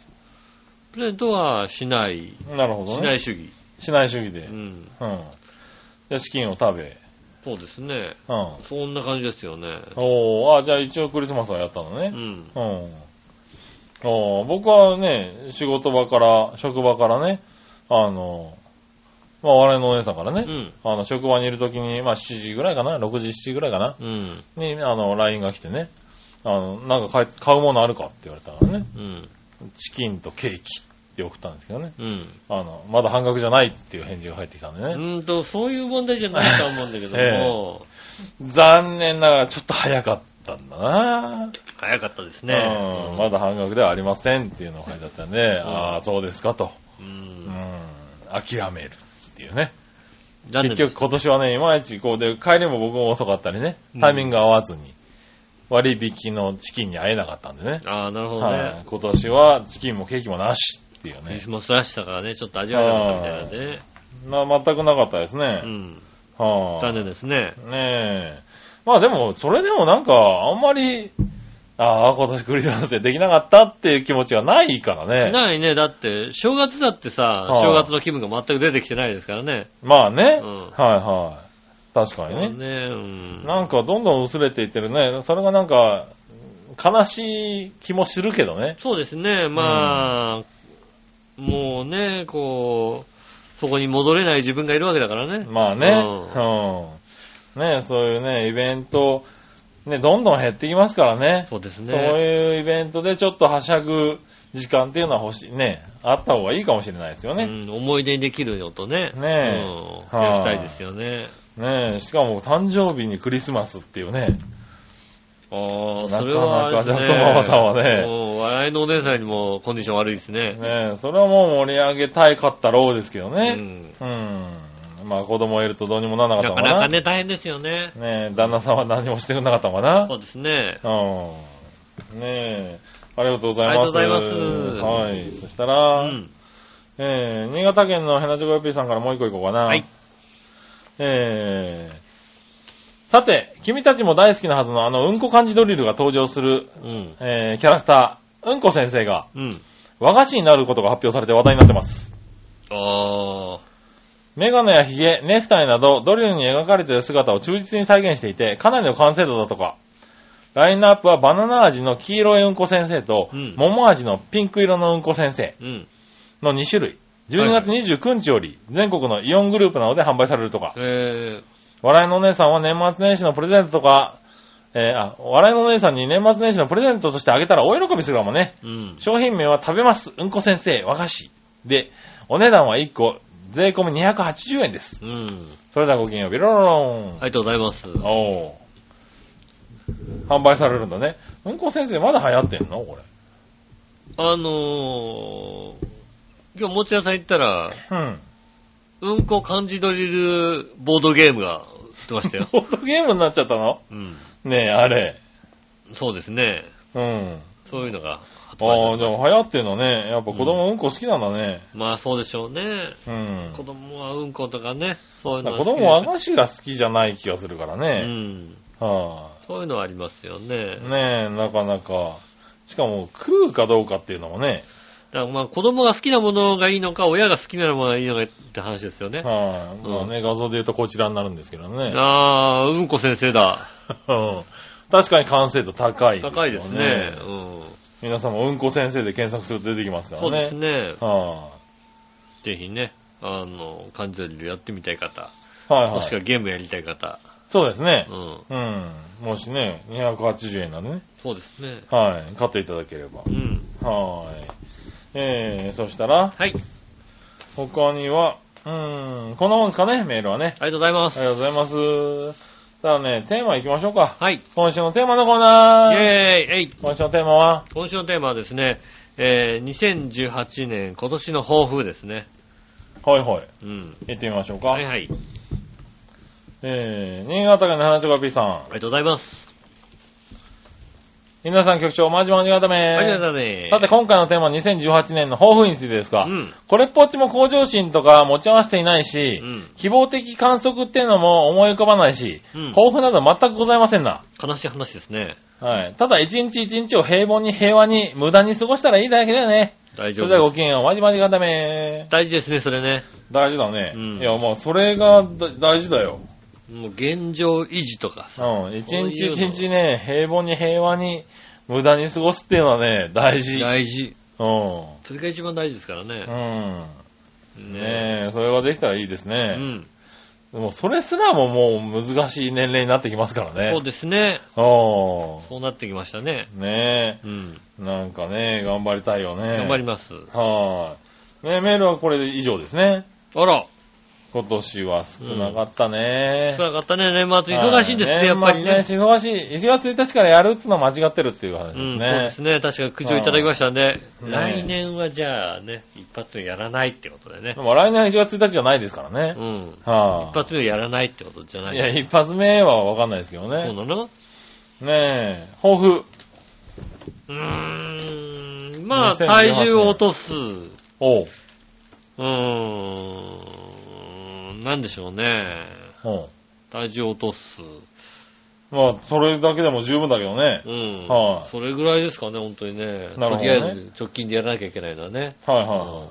[SPEAKER 2] プレゼントはしない、
[SPEAKER 3] うなるほどね。
[SPEAKER 2] しない主義。
[SPEAKER 3] しない主義で。
[SPEAKER 2] う
[SPEAKER 3] うん。
[SPEAKER 2] ん。
[SPEAKER 3] じゃあチキンを食べ。
[SPEAKER 2] そうですね。
[SPEAKER 3] うん。
[SPEAKER 2] そんな感じですよね。
[SPEAKER 3] おー、あ、じゃあ一応クリスマスはやったの
[SPEAKER 2] う
[SPEAKER 3] ね。
[SPEAKER 2] ん。
[SPEAKER 3] うん。おー僕はね、仕事場から、職場からね、あの、まあ、我々のお姉さんから
[SPEAKER 2] う
[SPEAKER 3] ね、
[SPEAKER 2] ん。
[SPEAKER 3] あの、職場にいるときに、まあ、7時ぐらいかな、6時、7時ぐらいかな、
[SPEAKER 2] うん。
[SPEAKER 3] に、あの、LINE が来てね、あの、なんか買い買うものあるかって言われたからね、
[SPEAKER 2] うん。
[SPEAKER 3] チキンとケーキって送ったんですけどね、
[SPEAKER 2] うん。
[SPEAKER 3] あの、まだ半額じゃないっていう返事が返ってきたんで
[SPEAKER 2] う
[SPEAKER 3] ね、
[SPEAKER 2] ーんと、そういう問題じゃないとは思うんだけども、
[SPEAKER 3] 残念ながらちょっと早かったんだな
[SPEAKER 2] 早かったですね。
[SPEAKER 3] うんまだ半額ではありませんっていうのが書いてあったんで、ああ、そうですかと。
[SPEAKER 2] う。
[SPEAKER 3] うんん、諦めるっていうね。
[SPEAKER 2] 残念
[SPEAKER 3] 結
[SPEAKER 2] です
[SPEAKER 3] 局今年はね、いまいちこうで、帰りも僕も遅かったりね、タイミングが合わずに、割引のチキンに会えなかったんでね。
[SPEAKER 2] ああ、なるほど
[SPEAKER 3] はい
[SPEAKER 2] ね。
[SPEAKER 3] 今年はチキンもケーキもなしっていう
[SPEAKER 2] クリ
[SPEAKER 3] ね
[SPEAKER 2] ス。マスらしさがね、ちょっと味わえなかったみたいなね。
[SPEAKER 3] な全くなかったです
[SPEAKER 2] う
[SPEAKER 3] ね。
[SPEAKER 2] ん。
[SPEAKER 3] はあ
[SPEAKER 2] 残念ですね。
[SPEAKER 3] ねえ。まあでも、それでもなんか、あんまり、ああ、今年クリスマスでできなかったっていう気持ちはないからね。
[SPEAKER 2] ないね。だって、正月だってさ、
[SPEAKER 3] あ
[SPEAKER 2] 正月の気分が全く出てきてないですからね。
[SPEAKER 3] まあね。
[SPEAKER 2] うん
[SPEAKER 3] はいはい。確かにね。
[SPEAKER 2] ねうん。
[SPEAKER 3] なんかどんどん薄れていってるね。それがなんか、悲しい気もするけどね。
[SPEAKER 2] そうですね、まあ、もうね、こう、そこに戻れない自分がいるわけだからね。
[SPEAKER 3] まあね。
[SPEAKER 2] う
[SPEAKER 3] うん。ねそういうね、イベント、ね、どんどん減ってきますからね。
[SPEAKER 2] そうです
[SPEAKER 3] そう
[SPEAKER 2] ね。
[SPEAKER 3] いうイベントでちょっとはしゃぐ時間っていうのは欲しい。ね、あった方がいいかもしれないですよね。
[SPEAKER 2] うん、思い出にできるのとね、
[SPEAKER 3] ねえ
[SPEAKER 2] うん、増やしたいですよね。
[SPEAKER 3] ねえ、しかも誕生日にクリスマスっていうね。
[SPEAKER 2] ああ、
[SPEAKER 3] なかなか
[SPEAKER 2] それはあれですね、
[SPEAKER 3] ジャクソンママさんはね
[SPEAKER 2] うん笑いのお姉さんにもコンディション悪いですね。
[SPEAKER 3] ねえ、それはもう盛り上げたいかったろうですけど
[SPEAKER 2] う
[SPEAKER 3] ね。
[SPEAKER 2] ん、
[SPEAKER 3] うん。まあ子供いるとどうにもならなか
[SPEAKER 2] な
[SPEAKER 3] っ
[SPEAKER 2] か
[SPEAKER 3] たのか
[SPEAKER 2] なか
[SPEAKER 3] な。
[SPEAKER 2] ね、大変ですよね。
[SPEAKER 3] ねえ、旦那さんは何もしてくれなかったのかな。
[SPEAKER 2] そうですね。
[SPEAKER 3] うん。ねえ、ありがとうございます。
[SPEAKER 2] ありがとうございます
[SPEAKER 3] はい。そした
[SPEAKER 2] う
[SPEAKER 3] ら、
[SPEAKER 2] ん。
[SPEAKER 3] えー、新潟県のヘナチョコヨッピーさんからもう一個いこうかな。
[SPEAKER 2] はい。
[SPEAKER 3] えー、さて、君たちも大好きなはずのあのうんこ漢字ドリルが登場する、
[SPEAKER 2] うん。
[SPEAKER 3] えー、キャラクター、うんこ先生が
[SPEAKER 2] うん。
[SPEAKER 3] 和菓子になることが発表されて話題になってます。
[SPEAKER 2] ああ、
[SPEAKER 3] メガネやヒゲ、ネクタイなど、ドリルに描かれている姿を忠実に再現していて、かなりの完成度だとか。ラインナップはバナナ味の黄色いうんこ先生と、
[SPEAKER 2] うん
[SPEAKER 3] 桃味のピンク色のうんこ先生
[SPEAKER 2] うん。
[SPEAKER 3] の2種類。 12月29日より、全国のイオングループなどで販売されるとか、
[SPEAKER 2] え
[SPEAKER 3] 笑いのお姉さんは年末年始のプレゼントとか、えーあ、笑いのお姉さんに年末年始のプレゼントとしてあげたら大喜びするかもね。
[SPEAKER 2] ー、うん。
[SPEAKER 3] 商品名は食べます、うんこ先生、和菓子。で、お値段は1個、税込み280円です。
[SPEAKER 2] うん。
[SPEAKER 3] それではごきげんよう、ビロロロン。
[SPEAKER 2] ありがとうございます。
[SPEAKER 3] おー販売されるんだね。うんこ先生、まだ流行ってんのこれ。
[SPEAKER 2] あのー、今日、餅屋さん行ったら、
[SPEAKER 3] うん。
[SPEAKER 2] うんこ漢字ドリルボードゲームが売ってましたよ
[SPEAKER 3] 。ボードゲームになっちゃったの
[SPEAKER 2] うん。
[SPEAKER 3] ねえ、あれ。
[SPEAKER 2] そうですね。
[SPEAKER 3] うん。
[SPEAKER 2] そういうのが発売さ
[SPEAKER 3] ああ、
[SPEAKER 2] れ
[SPEAKER 3] じゃあ流行ってんのね。やっぱ子供うんこ好きなんだね。
[SPEAKER 2] まあそうでしょうね。
[SPEAKER 3] うん。
[SPEAKER 2] 子供はうんことかね、そういうの
[SPEAKER 3] だ
[SPEAKER 2] は好
[SPEAKER 3] から子
[SPEAKER 2] きで
[SPEAKER 3] 供和菓子が好きじゃない気がするから
[SPEAKER 2] う
[SPEAKER 3] ね。
[SPEAKER 2] ん。
[SPEAKER 3] は
[SPEAKER 2] そういうのはありますよね。
[SPEAKER 3] い。ねえ、なかなか。しかも、食うかどうかっていうのもね。
[SPEAKER 2] だからまあ子供が好きなものがいいのか、親が好きなものがいいのかって話ですよね。
[SPEAKER 3] はい。まあね、画像で言うとこちらになるんですけどね。
[SPEAKER 2] ああ、うんこ先生だ。
[SPEAKER 3] うん確かに完成度高い、
[SPEAKER 2] 高いですね。う。
[SPEAKER 3] 皆さんもうんこ先生で検索すると出てきますか
[SPEAKER 2] ん。
[SPEAKER 3] ら
[SPEAKER 2] そうです
[SPEAKER 3] ね。
[SPEAKER 2] ね。
[SPEAKER 3] は
[SPEAKER 2] ぜひね、あの、感じるやってみたい方、
[SPEAKER 3] いはい
[SPEAKER 2] もしく
[SPEAKER 3] は。
[SPEAKER 2] はいゲームやりたい方、
[SPEAKER 3] そうですね
[SPEAKER 2] う。ん。
[SPEAKER 3] うん。もしね、280円なんでね。
[SPEAKER 2] そうですね。
[SPEAKER 3] はい。買っていただければ
[SPEAKER 2] う。ん。
[SPEAKER 3] はい。えー、そしたら、
[SPEAKER 2] はい。あり
[SPEAKER 3] 他には、うーん、こんなもんですかね、メールはね。
[SPEAKER 2] がとうございま
[SPEAKER 3] あり
[SPEAKER 2] す。
[SPEAKER 3] がとうございます。さあね、テーマ行きましょうか。
[SPEAKER 2] はい。イ
[SPEAKER 3] 今週のテーマのコー
[SPEAKER 2] ェー
[SPEAKER 3] ナ
[SPEAKER 2] イ
[SPEAKER 3] ー
[SPEAKER 2] えい
[SPEAKER 3] 今週のテーマは、
[SPEAKER 2] 今週のテーマはですね、えー、2018年今年の抱負ですね。
[SPEAKER 3] はいはい。
[SPEAKER 2] うん。
[SPEAKER 3] 行ってみましょうか。
[SPEAKER 2] はいはい。
[SPEAKER 3] えー、新潟県の花ちょか P さん
[SPEAKER 2] あ。りがとうございます。
[SPEAKER 3] 皆さん局長、まじまじがため。
[SPEAKER 2] ありがとうございます。
[SPEAKER 3] さて、今回のテーマは2018年の抱負についてですが、
[SPEAKER 2] うん。
[SPEAKER 3] これっぽっちも向上心とか持ち合わせていないうし、
[SPEAKER 2] ん。
[SPEAKER 3] 希望的観測っていうのも思い浮かばないし、
[SPEAKER 2] うん
[SPEAKER 3] 抱負など全くございませんな。
[SPEAKER 2] 悲しい話ですね。
[SPEAKER 3] はい。ただ一日一日を平凡に平和に無駄に過ごしたらいいだけだよね。
[SPEAKER 2] 大丈
[SPEAKER 3] それでは
[SPEAKER 2] 夫です。
[SPEAKER 3] ごきげんよう。まじまじがため。
[SPEAKER 2] 大事ですね、それね。
[SPEAKER 3] 大事だね。
[SPEAKER 2] うん
[SPEAKER 3] いや、まあ、それがだ大事だよ。
[SPEAKER 2] もう現状維持とかさ。
[SPEAKER 3] うん。一
[SPEAKER 2] そう
[SPEAKER 3] 日
[SPEAKER 2] いうの
[SPEAKER 3] 一日ね、平凡に平和に無駄に過ごすっていうのはね、大事。
[SPEAKER 2] 大事。
[SPEAKER 3] うん。
[SPEAKER 2] それが一番大事ですからね。
[SPEAKER 3] うん。
[SPEAKER 2] ね
[SPEAKER 3] ねえ、それができたらいいです
[SPEAKER 2] え。う
[SPEAKER 3] ね。
[SPEAKER 2] ん。
[SPEAKER 3] もうそれすらももう難しい年齢になってきますからね。
[SPEAKER 2] そうですね。
[SPEAKER 3] お
[SPEAKER 2] そうなってきましたね。
[SPEAKER 3] ーね
[SPEAKER 2] うん。
[SPEAKER 3] え、なんかね、頑張りたいよね。
[SPEAKER 2] 頑張ります。
[SPEAKER 3] はーい。ねえメールはこれで以上ですね。
[SPEAKER 2] あら、
[SPEAKER 3] 今年は少なかったね。
[SPEAKER 2] 辛かったね、年末。忙しいんですね、やっぱり
[SPEAKER 3] 年
[SPEAKER 2] ね。
[SPEAKER 3] 末年始忙しい。1月1日からやるっつの間違ってるっていう話
[SPEAKER 2] う
[SPEAKER 3] で
[SPEAKER 2] ん、
[SPEAKER 3] す
[SPEAKER 2] そうで
[SPEAKER 3] ね。
[SPEAKER 2] すね。確か苦情いただきましたんで、
[SPEAKER 3] うん
[SPEAKER 2] 来年はじゃあね、一発目やらないってことでね
[SPEAKER 3] で。も来年は1月1日じゃないですから
[SPEAKER 2] う
[SPEAKER 3] ね。
[SPEAKER 2] ん。一
[SPEAKER 3] はい。
[SPEAKER 2] 発目やらないってことじゃないい。
[SPEAKER 3] や、一発目はわかんないですけど
[SPEAKER 2] そう
[SPEAKER 3] ね。
[SPEAKER 2] なの
[SPEAKER 3] ねえ、抱負。
[SPEAKER 2] うーん。まあ、
[SPEAKER 3] 2018
[SPEAKER 2] 体重を落とす。う
[SPEAKER 3] おう。
[SPEAKER 2] ーん。なんでしょうね。
[SPEAKER 3] おう
[SPEAKER 2] 体重を落とす。
[SPEAKER 3] まあ、それだけでも十分だけどね。
[SPEAKER 2] うん。
[SPEAKER 3] はい
[SPEAKER 2] それぐらいですかね、本当にね。
[SPEAKER 3] なるほどね
[SPEAKER 2] とりあえず、直近でやらなきゃいけないのはね。
[SPEAKER 3] はいはいはい。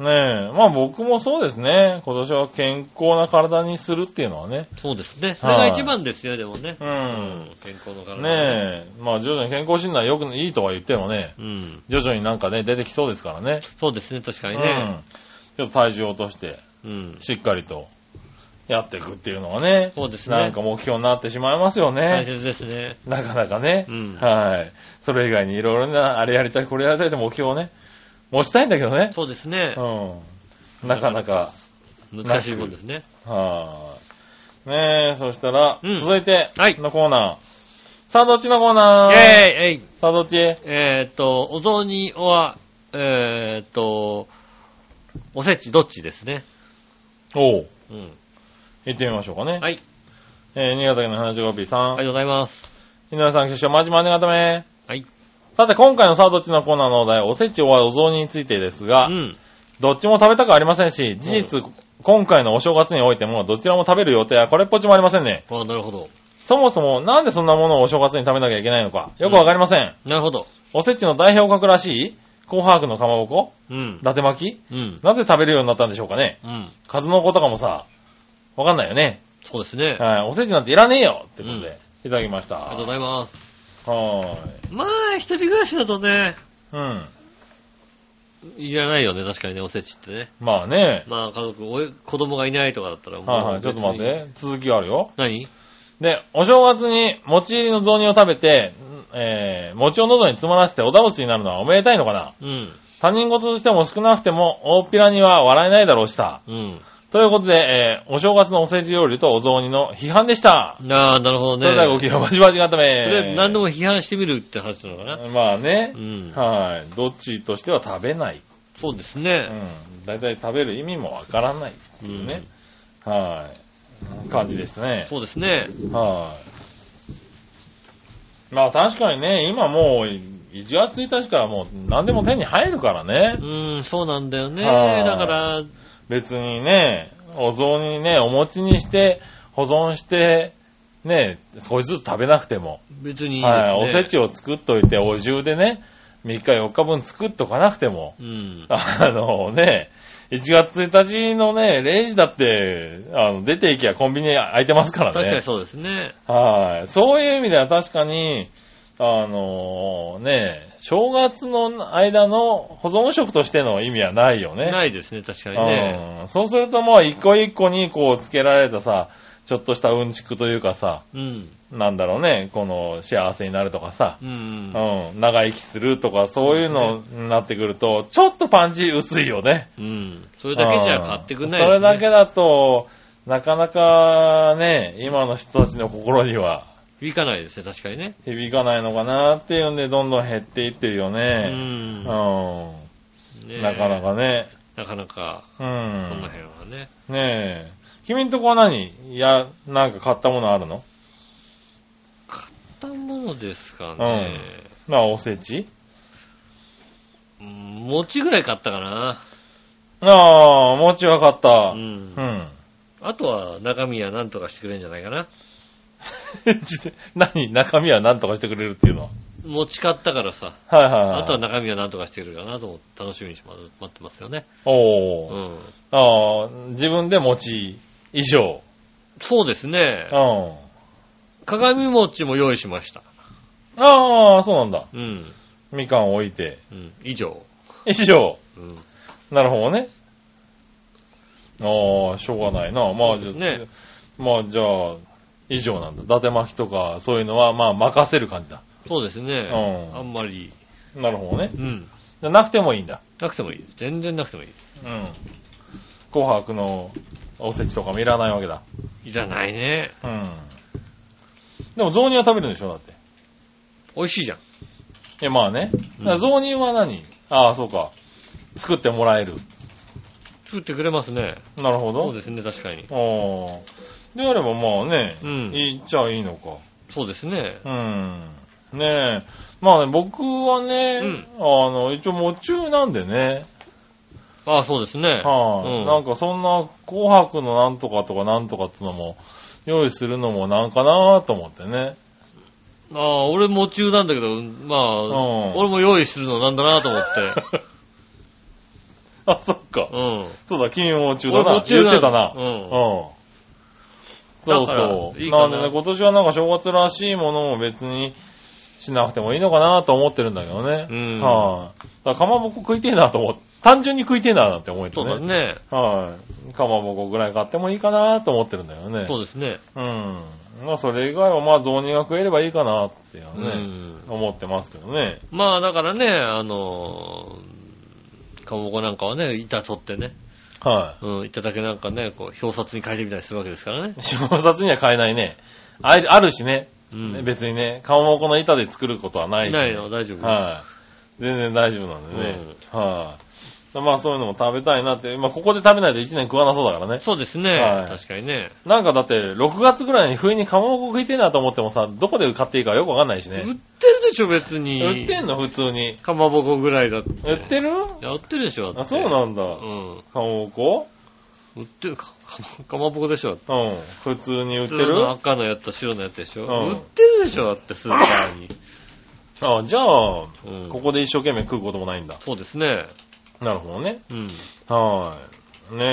[SPEAKER 3] ねえ、まあ僕もそうですね。今年は健康な体にするっていうのはね。
[SPEAKER 2] そうですね。それが一番ですよ、でもね
[SPEAKER 3] う。。。
[SPEAKER 2] うん健康の体。
[SPEAKER 3] ねえ、まあ徐々に健康診断よくいいとは言ってもね、
[SPEAKER 2] うん。
[SPEAKER 3] 徐々になんかね、出てきそうですからね。
[SPEAKER 2] そうですね、確かにね。
[SPEAKER 3] うん。ちょっと体重を落として、
[SPEAKER 2] うん。
[SPEAKER 3] しっかりとやっていくっていうのはね、
[SPEAKER 2] そうです
[SPEAKER 3] な
[SPEAKER 2] ね
[SPEAKER 3] んか。目標になってしまいますよ
[SPEAKER 2] 大
[SPEAKER 3] ね。
[SPEAKER 2] 切ですね。
[SPEAKER 3] なかなかね。
[SPEAKER 2] うん
[SPEAKER 3] はい。それ以外にいろいろな、あれやりたい、これやりたいって目標をね、持ちたいんだけどね。
[SPEAKER 2] そうですね。
[SPEAKER 3] うん。なかなか。
[SPEAKER 2] 難しいもんですね。
[SPEAKER 3] はーい。ねえ、そしたら、
[SPEAKER 2] うん
[SPEAKER 3] 続いて、
[SPEAKER 2] はい
[SPEAKER 3] のコーナー。さあ、どっちのコーナ
[SPEAKER 2] イェ
[SPEAKER 3] ー
[SPEAKER 2] ーイえい
[SPEAKER 3] さあ、どっち
[SPEAKER 2] えーっと、お雑煮は、えーっと、おせちどっちですね。
[SPEAKER 3] おう。
[SPEAKER 2] うん。
[SPEAKER 3] 行ってみましょうかね。
[SPEAKER 2] はい。
[SPEAKER 3] えー、新潟県の花十五 P さ
[SPEAKER 2] あ
[SPEAKER 3] ん。
[SPEAKER 2] りがとうございます。
[SPEAKER 3] 井上さん、決勝、まじまじがため。
[SPEAKER 2] はい。
[SPEAKER 3] さて、今回のさあ、どっちのコーナーのお題、おせちはお雑煮についてです
[SPEAKER 2] う
[SPEAKER 3] が、
[SPEAKER 2] ん。
[SPEAKER 3] どっちも食べたくありませんし、事実、今回のお正月においても、どちらも食べる予定はこれっぽっちもありませんね。
[SPEAKER 2] あなるほど。
[SPEAKER 3] そもそも、なんでそんなものをお正月に食べなきゃいけないのか、よくわかりません。
[SPEAKER 2] なるほど。
[SPEAKER 3] おせちの代表格らしい紅白のかまぼこ
[SPEAKER 2] うん
[SPEAKER 3] 伊。達巻
[SPEAKER 2] うん
[SPEAKER 3] き。なぜ食べるようになったんでしょうかね
[SPEAKER 2] うん。
[SPEAKER 3] 数の子とかもさ、わかんないよね。
[SPEAKER 2] そうですね。あ
[SPEAKER 3] はい。おせちなんていらねえよってこと
[SPEAKER 2] うん
[SPEAKER 3] で、いただきました。
[SPEAKER 2] りがとうございます。
[SPEAKER 3] はーい。
[SPEAKER 2] まあ、一人暮らしだとね、
[SPEAKER 3] うん。
[SPEAKER 2] いらないよね、確かにね、おせちってね。
[SPEAKER 3] まあね。
[SPEAKER 2] まあ、家族、おい子供がいないとかだったらもう、
[SPEAKER 3] はいはい。ちょっと待っ
[SPEAKER 2] 別に。
[SPEAKER 3] て。続きがあるよ。
[SPEAKER 2] 何
[SPEAKER 3] で、お正月に餅入りの雑煮を食べて、うんえー、餅を喉に詰まらせておだぶちになるのはおめでたいのかな
[SPEAKER 2] うん。
[SPEAKER 3] 他人事としても少なくても、大っぴらには笑えないだろうしさ。
[SPEAKER 2] うん。
[SPEAKER 3] ということで、えー、お正月のおせち料理とお雑煮の批判でした。
[SPEAKER 2] ああ、なるほどね。
[SPEAKER 3] それではごきげんよう、バチバチ固め。
[SPEAKER 2] とりあえず何でも批判してみるって話なのかな。
[SPEAKER 3] まあね
[SPEAKER 2] う。ん。
[SPEAKER 3] はい。どっちとしては食べない。
[SPEAKER 2] そうです
[SPEAKER 3] う
[SPEAKER 2] ね。
[SPEAKER 3] ん。だいたい食べる意味もわからないっていうね。はい。感じでしたね。
[SPEAKER 2] そうですね。
[SPEAKER 3] はい。まあ確かにね、今もう1月1日からもう何でも手に入るからね。
[SPEAKER 2] うん、そうなんだよね。
[SPEAKER 3] はい
[SPEAKER 2] だから、
[SPEAKER 3] 別にね、お雑煮ね、お餅にして、保存して、ね、少しずつ食べなくても。
[SPEAKER 2] 別にいいですね。
[SPEAKER 3] はい。おせちを作っといて、お重でね、3日4日分作っとかなくても。
[SPEAKER 2] うん。
[SPEAKER 3] あのね、1月1日のね、0時だって、あの、出ていきゃコンビニ空いてますからね。
[SPEAKER 2] 確かにそうですね。
[SPEAKER 3] はい。そういう意味では確かに、あのね、正月の間の保存食としての意味はないよね。
[SPEAKER 2] ないですね、確かにね。
[SPEAKER 3] うん。そうするともう一個一個にこうつけられたさ、ちょっとしたうんちくというかさ、
[SPEAKER 2] うん。
[SPEAKER 3] なんだろうね、この幸せになるとかさ、
[SPEAKER 2] うん。
[SPEAKER 3] うん、長生きするとかそういうのになってくると、ちょっとパンチ薄いよね。
[SPEAKER 2] うん。それだけじゃ買ってくんない
[SPEAKER 3] うん
[SPEAKER 2] ですね。
[SPEAKER 3] それだけだと、なかなかね、今の人たちの心には
[SPEAKER 2] 響かないですね、確かにね。
[SPEAKER 3] 響かないのかなっていうんで、どんどん減っていってるよ
[SPEAKER 2] う
[SPEAKER 3] ね。うんん。。
[SPEAKER 2] ねえ
[SPEAKER 3] なかな。かね。
[SPEAKER 2] なかなか、
[SPEAKER 3] う
[SPEAKER 2] この
[SPEAKER 3] ん。
[SPEAKER 2] 辺はね。
[SPEAKER 3] ねえ。君んとこは何いや、なんか買ったものあるの
[SPEAKER 2] 買ったものですかね。
[SPEAKER 3] まあ、おせち
[SPEAKER 2] うん餅ぐらい買ったかな。
[SPEAKER 3] ああ、餅は買った
[SPEAKER 2] う。ん
[SPEAKER 3] う。ん。
[SPEAKER 2] あとは中身はなんとかしてくれるんじゃないかな。
[SPEAKER 3] ちょっと何中身は何とかしてくれるっていうのは。
[SPEAKER 2] 餅買ったからさ。
[SPEAKER 3] はいはいはい。
[SPEAKER 2] あとは中身はなんとかしてくれるかなと思って楽しみにしま待ってますよね。う
[SPEAKER 3] おー。
[SPEAKER 2] ん。
[SPEAKER 3] ああ、自分で餅以上。
[SPEAKER 2] そうですね
[SPEAKER 3] う。ん。
[SPEAKER 2] 鏡餅も用意しました。
[SPEAKER 3] ああ、そうなんだ。
[SPEAKER 2] うん。
[SPEAKER 3] みかんを置いて。
[SPEAKER 2] うん。以上。
[SPEAKER 3] 以上。
[SPEAKER 2] うん。
[SPEAKER 3] なるほどね。ああ、しょうがないな。ま
[SPEAKER 2] そ
[SPEAKER 3] あ、じゃあ、
[SPEAKER 2] うですね
[SPEAKER 3] まあ、じゃあ、以上なんだ。伊達巻きとか、そういうのは、まあ、任せる感じだ。
[SPEAKER 2] そうですね。
[SPEAKER 3] うん
[SPEAKER 2] あんまり、
[SPEAKER 3] なるほどね。
[SPEAKER 2] うん。
[SPEAKER 3] じゃあなくてもいいんだ。
[SPEAKER 2] なくてもいい。全然なくてもいい。
[SPEAKER 3] うん。紅白のおせちとかもいらないわけだ。
[SPEAKER 2] いらないね。
[SPEAKER 3] うん。でも、雑煮は食べるんでしょだって。
[SPEAKER 2] 美味しいじゃん。
[SPEAKER 3] いや、まあね。
[SPEAKER 2] うん
[SPEAKER 3] だから雑煮は何ああ、そうか。作ってもらえる。
[SPEAKER 2] 作ってくれますね。
[SPEAKER 3] なるほど。
[SPEAKER 2] そうですね、確かに。
[SPEAKER 3] ああ。であればまあね、
[SPEAKER 2] うん
[SPEAKER 3] いいっちゃいいのか。
[SPEAKER 2] そうですね。
[SPEAKER 3] うん。ねえ。まあね、僕はね、
[SPEAKER 2] うん
[SPEAKER 3] あの、一応喪中なんでね、
[SPEAKER 2] ああ、そうですね。
[SPEAKER 3] はい、
[SPEAKER 2] うん
[SPEAKER 3] なんかそんな紅白のなんとかとかなんとかってのも、用意するのもなんかなと思ってね。
[SPEAKER 2] ああ、俺も中なんだけど、うんまあ、
[SPEAKER 3] うん
[SPEAKER 2] 俺も用意するのなんだなと思って。
[SPEAKER 3] あ、そっか。
[SPEAKER 2] うん。
[SPEAKER 3] そうだ、君も喪中だな。
[SPEAKER 2] も中
[SPEAKER 3] 言
[SPEAKER 2] ん
[SPEAKER 3] ってたな。
[SPEAKER 2] う
[SPEAKER 3] うん
[SPEAKER 2] ん。。
[SPEAKER 3] そう
[SPEAKER 2] だ
[SPEAKER 3] そ
[SPEAKER 2] から
[SPEAKER 3] う。
[SPEAKER 2] いい
[SPEAKER 3] な
[SPEAKER 2] かなん
[SPEAKER 3] でね、今年はなんか正月らしいものも別にしなくてもいいのかなと思ってるんだけどね。
[SPEAKER 2] うん
[SPEAKER 3] はい、だからかまぼこ食いてえなと思って、単純に食いてえななんて思えて
[SPEAKER 2] そうだ
[SPEAKER 3] ね。
[SPEAKER 2] ね。
[SPEAKER 3] はい、かまぼこぐらい買ってもいいかなと思ってるんだよね。
[SPEAKER 2] そうですね。
[SPEAKER 3] うん。まあそれ以外はまあ雑煮が食えればいいかなっていう
[SPEAKER 2] う
[SPEAKER 3] ね、
[SPEAKER 2] ん。
[SPEAKER 3] 思ってますけどね。
[SPEAKER 2] まあ、だからね、あのー、かもこなんかはね、板取ってね、
[SPEAKER 3] は
[SPEAKER 2] うん、板だけなんかね、こう、表札に変えてみたりするわけですからね
[SPEAKER 3] い、。小冊には買えないね。あるあるしね、
[SPEAKER 2] うん。
[SPEAKER 3] 別にね、かまぼこの板で作ることはないし、ね。
[SPEAKER 2] ないの、大丈夫。
[SPEAKER 3] はい。全然大丈夫なんでね。はい。まあそういうのも食べたいなって、まあここで食べないと1年食わなそうだからね。
[SPEAKER 2] そうですね、
[SPEAKER 3] はい
[SPEAKER 2] 確かにね。
[SPEAKER 3] なんかだって、6月ぐらいに冬にかまぼこ食いてえなと思ってもさ、どこで買っていいかよくわかんないし
[SPEAKER 2] 売っ
[SPEAKER 3] ね。
[SPEAKER 2] てるでしょ、別に。
[SPEAKER 3] 売ってんの普通に。
[SPEAKER 2] かまぼこぐらいだって。
[SPEAKER 3] 売ってる
[SPEAKER 2] やってるでしょ、だって
[SPEAKER 3] あ、そうなんだ。
[SPEAKER 2] う
[SPEAKER 3] か
[SPEAKER 2] ん。
[SPEAKER 3] まぼこ
[SPEAKER 2] 売ってるか、 かまかまぼこでしょ、だって
[SPEAKER 3] うん。普通に売って
[SPEAKER 2] 普通の
[SPEAKER 3] る
[SPEAKER 2] 赤のやつ、白のやつでしょ。
[SPEAKER 3] うん
[SPEAKER 2] 売ってるでしょ、だって、スーパーに。
[SPEAKER 3] あ、じゃあ、
[SPEAKER 2] うん。
[SPEAKER 3] ここで一生懸命食うこともないんだ。
[SPEAKER 2] そうですね。
[SPEAKER 3] なるほどね。
[SPEAKER 2] うん。
[SPEAKER 3] はい。ね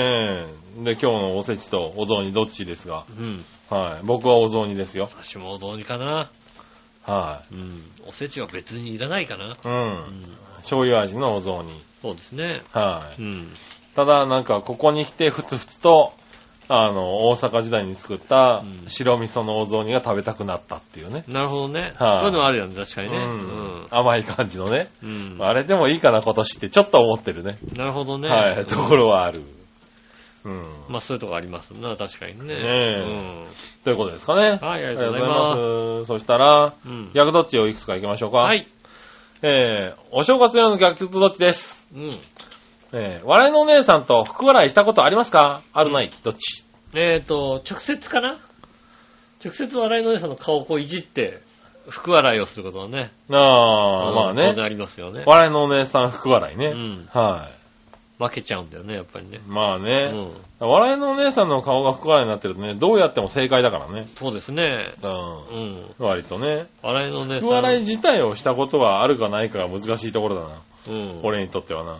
[SPEAKER 3] え。で、今日のおせちとお雑煮どっちですが。
[SPEAKER 2] うん。
[SPEAKER 3] はい。僕はお雑煮ですよ。
[SPEAKER 2] 私もどうにかな。
[SPEAKER 3] は
[SPEAKER 2] うん。おせちは別にいらないかな。
[SPEAKER 3] い。う。
[SPEAKER 2] うんん。
[SPEAKER 3] 醤油味のお雑煮。
[SPEAKER 2] そうですね。
[SPEAKER 3] はい。
[SPEAKER 2] うん。
[SPEAKER 3] ただ、なんか、ここに来て、ふつふつと、あの、大阪時代に作った
[SPEAKER 2] うん
[SPEAKER 3] 白味噌のお雑煮が食べたくなったっていうね。
[SPEAKER 2] なるほどね。
[SPEAKER 3] はい
[SPEAKER 2] そういうのはあるよね、確かにね。
[SPEAKER 3] うん、甘い感じのね。
[SPEAKER 2] うん。うん。
[SPEAKER 3] あれでもいいかな、今年ってちょっと思ってるね。
[SPEAKER 2] なるほどね。
[SPEAKER 3] はい、ところはある。うん。
[SPEAKER 2] まあそういうとこありますな、確かにね。
[SPEAKER 3] ねということですかね。
[SPEAKER 2] はいありがとうございます
[SPEAKER 3] ありがとうございます。そしたら、
[SPEAKER 2] うん。うん。
[SPEAKER 3] 逆どっちをいくつか行きましょうか。
[SPEAKER 2] はい。
[SPEAKER 3] えー、お正月用の逆どっちです。
[SPEAKER 2] うん。
[SPEAKER 3] えー、笑いのお姉さんと福笑いしたことありますかあるないどっち
[SPEAKER 2] えっ、と、直接かな直接笑いのお姉さんの顔をこういじって、福笑いをすることはね。
[SPEAKER 3] ああ、まあ
[SPEAKER 2] 当然
[SPEAKER 3] ね。
[SPEAKER 2] ありますよね。
[SPEAKER 3] 笑いのお姉さん福笑いうね。
[SPEAKER 2] ん。
[SPEAKER 3] は
[SPEAKER 2] 負けちゃうんだよね、やっぱりね
[SPEAKER 3] い。。まあ
[SPEAKER 2] う
[SPEAKER 3] ね、
[SPEAKER 2] ん。
[SPEAKER 3] 笑いのお姉さんの顔が福笑いになってるとね、どうやっても正解だからね。
[SPEAKER 2] そうですね。
[SPEAKER 3] う。
[SPEAKER 2] うんん。
[SPEAKER 3] 割とね。
[SPEAKER 2] 笑いのお姉さん。
[SPEAKER 3] 福笑い自体をしたことはあるかないかが難しいところだな。
[SPEAKER 2] うん。
[SPEAKER 3] 俺にとってはな。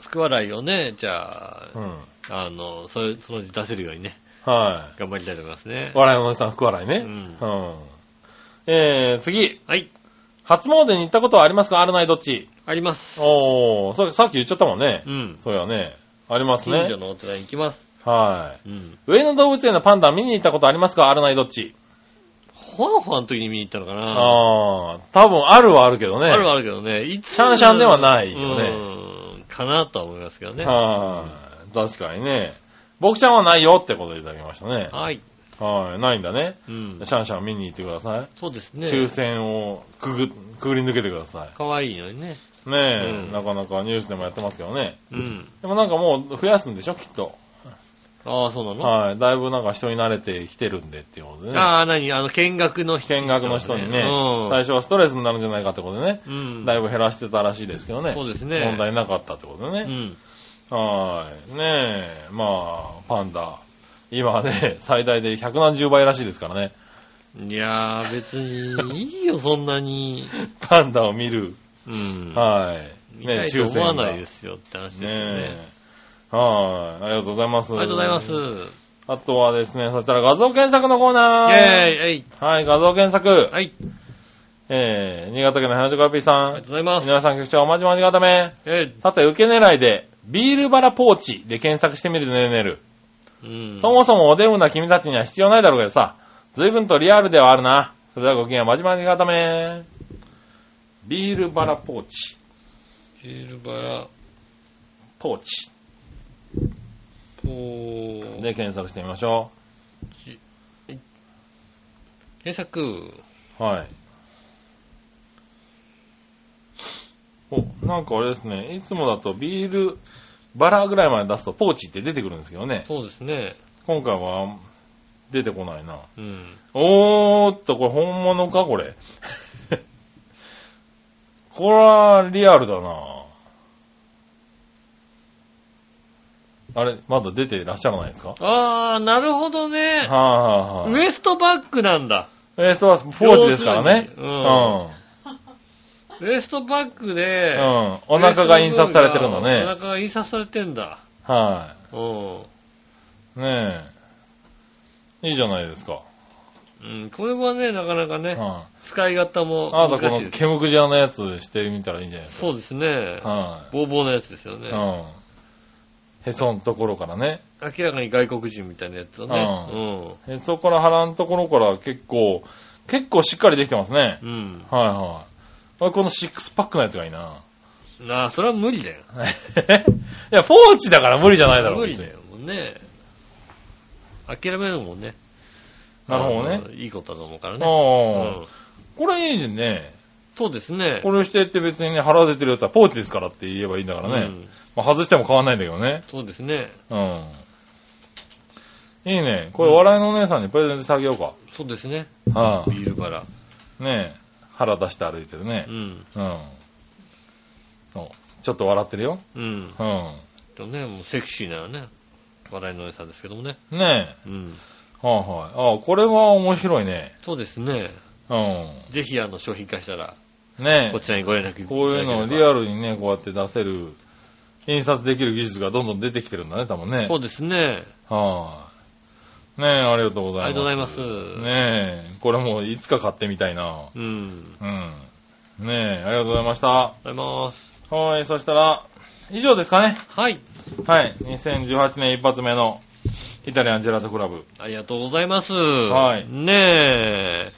[SPEAKER 2] 福笑いをね、じゃあ
[SPEAKER 3] う、ん。
[SPEAKER 2] あの、それ、そのうち出せるようにね、
[SPEAKER 3] は
[SPEAKER 2] 頑張りたいと思いますね
[SPEAKER 3] い。。笑いのお姉さん福笑いね。
[SPEAKER 2] うん
[SPEAKER 3] うん。えー、次。
[SPEAKER 2] はい。
[SPEAKER 3] 初詣に行ったことはありますかあるないどっち
[SPEAKER 2] あります。
[SPEAKER 3] おー、そさっき言っちゃったもんね。
[SPEAKER 2] うん。
[SPEAKER 3] そうやね。あります
[SPEAKER 2] 近所
[SPEAKER 3] ね。
[SPEAKER 2] のお寺に行きます。
[SPEAKER 3] は
[SPEAKER 2] うん。
[SPEAKER 3] い。上野動物園のパンダ見に行ったことありますかあるないどっち
[SPEAKER 2] ホワンホワンの時に見に行ったのかな
[SPEAKER 3] あー、多分あるはあるけどね。
[SPEAKER 2] あるはあるけどね。いつ
[SPEAKER 3] シャンシャンではないよね
[SPEAKER 2] うん。かなとは思いますけどね。は
[SPEAKER 3] はい。確かにね。僕ちゃんはないよってことでいただきましたね。
[SPEAKER 2] い。
[SPEAKER 3] はい。ないんだね。
[SPEAKER 2] うん。
[SPEAKER 3] シャンシャン見に行ってください。
[SPEAKER 2] そうですね。
[SPEAKER 3] 抽選をくぐ、くぐり抜けてくださ
[SPEAKER 2] かわいいのにね。
[SPEAKER 3] い。ねえ、
[SPEAKER 2] うん
[SPEAKER 3] なかなかニュースでもやってますけどね。
[SPEAKER 2] うん。
[SPEAKER 3] でもなんかもう増やすんでしょ、きっと。
[SPEAKER 2] ああ、そうなの、
[SPEAKER 3] はい。だいぶなんか人に慣れてきてるんでっていうことでね。
[SPEAKER 2] ああ、何あの、見学の人。
[SPEAKER 3] 見学の人にね、
[SPEAKER 2] うん
[SPEAKER 3] 最初はストレスになるんじゃないかってことでね、
[SPEAKER 2] うん。
[SPEAKER 3] だいぶ減らしてたらしいですけどね。
[SPEAKER 2] そうですね。
[SPEAKER 3] 問題なかったってことで
[SPEAKER 2] う
[SPEAKER 3] ね。
[SPEAKER 2] ん。
[SPEAKER 3] はーい。ねえ、まあ、パンダ。今はね、 最大で100何十倍らしいですからね。
[SPEAKER 2] いやー、別に、いいよ、そんなに。
[SPEAKER 3] パンダを見る。
[SPEAKER 2] うん。
[SPEAKER 3] はい。
[SPEAKER 2] 見たいと思わないですよって話ですよね。
[SPEAKER 3] ねえ。はい。ありがとうございます。
[SPEAKER 2] ありがとうございます。イ
[SPEAKER 3] あとはですね、そしたら画像検索のコーナ
[SPEAKER 2] ェ
[SPEAKER 3] ー。
[SPEAKER 2] ーイえい
[SPEAKER 3] はい、画像検索。
[SPEAKER 2] はい、
[SPEAKER 3] えー、新潟県の花女カピーさ
[SPEAKER 2] ありがとう。
[SPEAKER 3] ん
[SPEAKER 2] ございます。
[SPEAKER 3] 皆さん局長、おまじまじがため。
[SPEAKER 2] え
[SPEAKER 3] さて、受け狙いで、ビールバラポーチで検索してみるねるねる。
[SPEAKER 2] いうん。
[SPEAKER 3] そもそもおデブな君たちには必要ないだろうけどさ、随分とリアルではあるな。それではごきげんよう、まじまじがため。ビールバラポーチ。
[SPEAKER 2] シルバラ、
[SPEAKER 3] ポーチ。
[SPEAKER 2] ポー、
[SPEAKER 3] で検索してみましょ
[SPEAKER 2] 検索。
[SPEAKER 3] う。はい。お、なんかあれですね、いつもだとビールバラぐらいまで出すとポーチって出てくるんですけどね。
[SPEAKER 2] そうですね。
[SPEAKER 3] 今回は出てこないな。
[SPEAKER 2] うん。
[SPEAKER 3] おーっと、これ本物か、これ。 これはリアルだなあれ、まだ出てらっしゃらないですかはい、
[SPEAKER 2] あー、なるほどね。
[SPEAKER 3] はい
[SPEAKER 2] ウ
[SPEAKER 3] はい。
[SPEAKER 2] エストバッグなんだ。
[SPEAKER 3] ウエストはポーチですからね。
[SPEAKER 2] う
[SPEAKER 3] うんん。
[SPEAKER 2] ウエストバッグ
[SPEAKER 3] う
[SPEAKER 2] で、
[SPEAKER 3] ん。お腹が印刷されてるの
[SPEAKER 2] お腹
[SPEAKER 3] ね。
[SPEAKER 2] が印刷されてんだ。
[SPEAKER 3] は
[SPEAKER 2] うん。
[SPEAKER 3] い。ねえ。いいじゃないですか。
[SPEAKER 2] うん、これはね、なかなか
[SPEAKER 3] うん。
[SPEAKER 2] ね、
[SPEAKER 3] あ
[SPEAKER 2] 使い方も
[SPEAKER 3] なた
[SPEAKER 2] 難し
[SPEAKER 3] こ
[SPEAKER 2] い
[SPEAKER 3] の
[SPEAKER 2] です。
[SPEAKER 3] 毛むくじ屋のやつしてみたらいいんじゃないです
[SPEAKER 2] そうですね
[SPEAKER 3] か。。は
[SPEAKER 2] ボーボーのやつですよ
[SPEAKER 3] い。
[SPEAKER 2] ね
[SPEAKER 3] う。ん。へそのところからね。
[SPEAKER 2] 明らかに外国人みたいなやつをね。
[SPEAKER 3] えそこから腹のところから結構、結構しっかりできてますね。
[SPEAKER 2] うん。うん。
[SPEAKER 3] はいはい。俺このシックスパックのやつがいいな。
[SPEAKER 2] なあ、それは無理だよ。
[SPEAKER 3] いや、ポーチだから無理じゃないだろう。
[SPEAKER 2] 無理
[SPEAKER 3] 別
[SPEAKER 2] だ
[SPEAKER 3] に
[SPEAKER 2] よ、もうね。諦めるもんね。
[SPEAKER 3] なるほどね
[SPEAKER 2] あ。の。いいことだと思うからね。
[SPEAKER 3] あ
[SPEAKER 2] う
[SPEAKER 3] あ
[SPEAKER 2] ん。
[SPEAKER 3] これいいじゃんね。
[SPEAKER 2] そうですね。
[SPEAKER 3] これしてって別にね、腹出てるやつはポーチですからって言えばいいんだか
[SPEAKER 2] う
[SPEAKER 3] らね。
[SPEAKER 2] ん
[SPEAKER 3] まあ外しても変わんないんだけどね。
[SPEAKER 2] そうですね。
[SPEAKER 3] うん。いいね。これ笑いのお姉さんにプレゼントしてあげようか。
[SPEAKER 2] そうですね。
[SPEAKER 3] は
[SPEAKER 2] ビールから。
[SPEAKER 3] い。ねえ。腹出して歩いてるね
[SPEAKER 2] う。ん。
[SPEAKER 3] うん。おちょっと笑ってるよ。
[SPEAKER 2] うん。
[SPEAKER 3] うん。
[SPEAKER 2] とね、もうセクシーなね、笑いの良さですけどもね。
[SPEAKER 3] ねえ。
[SPEAKER 2] うん。
[SPEAKER 3] はいはい。あこれは面白いね。
[SPEAKER 2] そうですね。
[SPEAKER 3] うん。
[SPEAKER 2] ぜひ、あの、商品化したら、
[SPEAKER 3] ね
[SPEAKER 2] こちらにご連絡いただければ
[SPEAKER 3] え。こういうのをリアルにね、こうやって出せる、印刷できる技術がどんどん出てきてるんだね、多分ね。
[SPEAKER 2] そうですね。
[SPEAKER 3] はい。ねえ、ありがとうございます。
[SPEAKER 2] ありがとうございます
[SPEAKER 3] ねえ、これもいつか買ってみたいな。
[SPEAKER 2] うん。
[SPEAKER 3] うん。ねえ、ありがとうございました。
[SPEAKER 2] ありがとうございます。
[SPEAKER 3] はい、そしたら、以上ですかね。
[SPEAKER 2] はい。
[SPEAKER 3] はい、2018年一発目のイタリアンジェラートクラブ。
[SPEAKER 2] ありがとうございます。
[SPEAKER 3] はい
[SPEAKER 2] ねえ。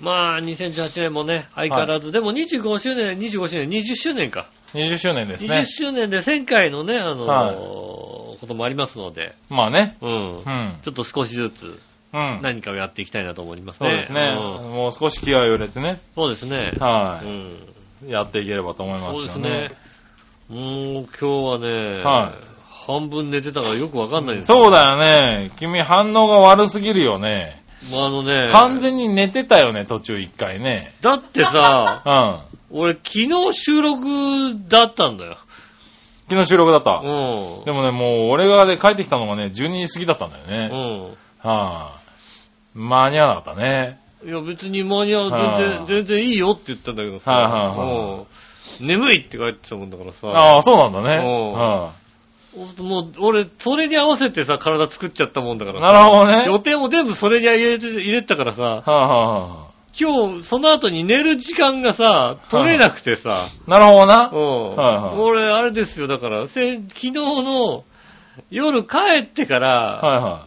[SPEAKER 2] まあ、2018年もね、相変わらず、でも25周年、25周年、20周年か。
[SPEAKER 3] 20周年です
[SPEAKER 2] 20
[SPEAKER 3] ね。
[SPEAKER 2] 周年で1000回のね、あのー
[SPEAKER 3] はい
[SPEAKER 2] こともありますので、
[SPEAKER 3] まあね。
[SPEAKER 2] うん
[SPEAKER 3] う。ん。
[SPEAKER 2] ちょっと少しずつ
[SPEAKER 3] うん。
[SPEAKER 2] 何かをやっていきたいなと思います
[SPEAKER 3] そう
[SPEAKER 2] ね。
[SPEAKER 3] ですね。
[SPEAKER 2] ん
[SPEAKER 3] もう少し気合を入れてね。
[SPEAKER 2] そうですね。
[SPEAKER 3] は
[SPEAKER 2] うん。
[SPEAKER 3] い。やっていければと思いますよね。
[SPEAKER 2] そうですね。。もう今日はね、
[SPEAKER 3] はい
[SPEAKER 2] 半分寝てたからよくわかんないです
[SPEAKER 3] そう
[SPEAKER 2] だ。
[SPEAKER 3] だよね。君反応が悪すぎるよね。
[SPEAKER 2] もうあのね、
[SPEAKER 3] 完全に寝てたよね、途中一回ね。
[SPEAKER 2] だって さ、
[SPEAKER 3] うん。
[SPEAKER 2] 俺昨日収録だったんだよ。
[SPEAKER 3] 昨日収録だった。
[SPEAKER 2] うん。
[SPEAKER 3] でもね、もう俺がね、帰ってきたのがね、12時過ぎだったんだよ
[SPEAKER 2] う
[SPEAKER 3] ね。
[SPEAKER 2] ん。
[SPEAKER 3] はい、間に合わなかったね。
[SPEAKER 2] いや別に間に合う、
[SPEAKER 3] は
[SPEAKER 2] 全然、
[SPEAKER 3] い
[SPEAKER 2] 全然いいよって言ったんだけどさ、
[SPEAKER 3] はいはいはい
[SPEAKER 2] うん眠いって書いてたもんだからさ、
[SPEAKER 3] ああ、そうなんだね。
[SPEAKER 2] うん
[SPEAKER 3] は
[SPEAKER 2] もう俺それに合わせてさ、体作っちゃったもんだか
[SPEAKER 3] い
[SPEAKER 2] らさ
[SPEAKER 3] なるほどね。
[SPEAKER 2] 予定も全部それに入れて、入れてたからさ、
[SPEAKER 3] はあ、はあは
[SPEAKER 2] 今日、その後に寝る時間がさ、取れなくてさ、
[SPEAKER 3] あ、なるほど
[SPEAKER 2] うん
[SPEAKER 3] な。。はいはい
[SPEAKER 2] 俺、あれですよ、だから、せ昨日の夜帰ってから、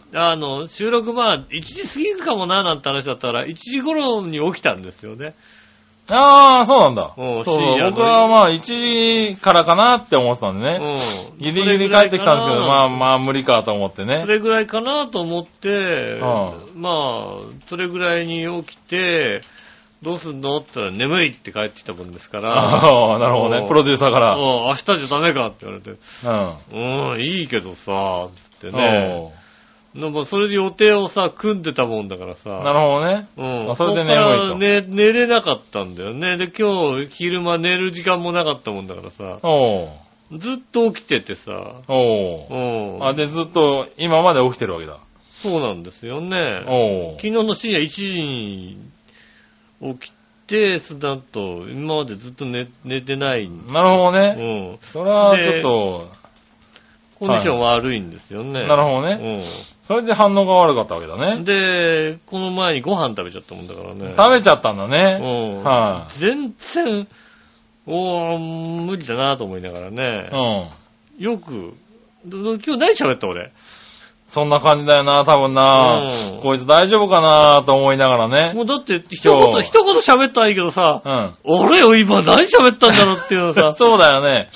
[SPEAKER 3] はいは
[SPEAKER 2] あの、収録まあ、1時過ぎるかもな、なんて話だったから、1時頃に起きたんですよね。
[SPEAKER 3] い。ああ、そうなんだ。
[SPEAKER 2] うん
[SPEAKER 3] そう
[SPEAKER 2] 深
[SPEAKER 3] そ
[SPEAKER 2] 夜の
[SPEAKER 3] う僕はまあ1時からかなって思ってたんで
[SPEAKER 2] う
[SPEAKER 3] ね。
[SPEAKER 2] ん。
[SPEAKER 3] ギリギリ帰ってきたんですけど、まあ
[SPEAKER 2] あ、
[SPEAKER 3] まあ無理かと思ってね
[SPEAKER 2] そ。れぐらいかなと思って、
[SPEAKER 3] う
[SPEAKER 2] まあ、それぐらいに起きて、どうすんのって言ったら、眠いって帰ってきたもんですから、
[SPEAKER 3] ああ、なるほど
[SPEAKER 2] うん
[SPEAKER 3] ね。プロデューサーか
[SPEAKER 2] うん
[SPEAKER 3] ら。
[SPEAKER 2] 明日じゃダメかって言われて、
[SPEAKER 3] うん。
[SPEAKER 2] うん、いいけどさ、つってね。
[SPEAKER 3] おう
[SPEAKER 2] のまあそれで予定をさ、組んでたもんだからさ。
[SPEAKER 3] なるほどね。
[SPEAKER 2] う
[SPEAKER 3] あ
[SPEAKER 2] ん。
[SPEAKER 3] それで
[SPEAKER 2] こから
[SPEAKER 3] 眠
[SPEAKER 2] 寝寝れなかったんだよね。で、今日、昼間寝る時間もなかったもんだからさ。
[SPEAKER 3] おう
[SPEAKER 2] ずっと起きててさ。
[SPEAKER 3] お
[SPEAKER 2] う。
[SPEAKER 3] うんあ、で、ずっと今まで起きてるわけだ。
[SPEAKER 2] そうなんですよね。
[SPEAKER 3] おう
[SPEAKER 2] 昨日の深夜1時に起きて、その後、今までずっと寝寝てない。うん。
[SPEAKER 3] なるほどね。それはちょっと、
[SPEAKER 2] コンディション悪いんですよね。
[SPEAKER 3] なるほどね。
[SPEAKER 2] ね。
[SPEAKER 3] それで反応が悪かったわけだ
[SPEAKER 2] うん。
[SPEAKER 3] ね。
[SPEAKER 2] で、この前にご飯食べちゃったもんだからね。
[SPEAKER 3] 食べちゃったんだね。
[SPEAKER 2] うん。
[SPEAKER 3] は
[SPEAKER 2] 全然、おー、無理だなと思いながら
[SPEAKER 3] い。
[SPEAKER 2] ね
[SPEAKER 3] う。ん。
[SPEAKER 2] よく、どど今日何喋った俺。
[SPEAKER 3] そんな感じだよな、多分
[SPEAKER 2] う
[SPEAKER 3] な。
[SPEAKER 2] ん
[SPEAKER 3] こいつ大丈夫かなと思いながらね。
[SPEAKER 2] もうだって、一言、
[SPEAKER 3] 今日
[SPEAKER 2] 一言喋ったらいいけどさ、
[SPEAKER 3] うん。、
[SPEAKER 2] 俺よ、今何喋ったんだろうっていうのさ
[SPEAKER 3] そうだよね。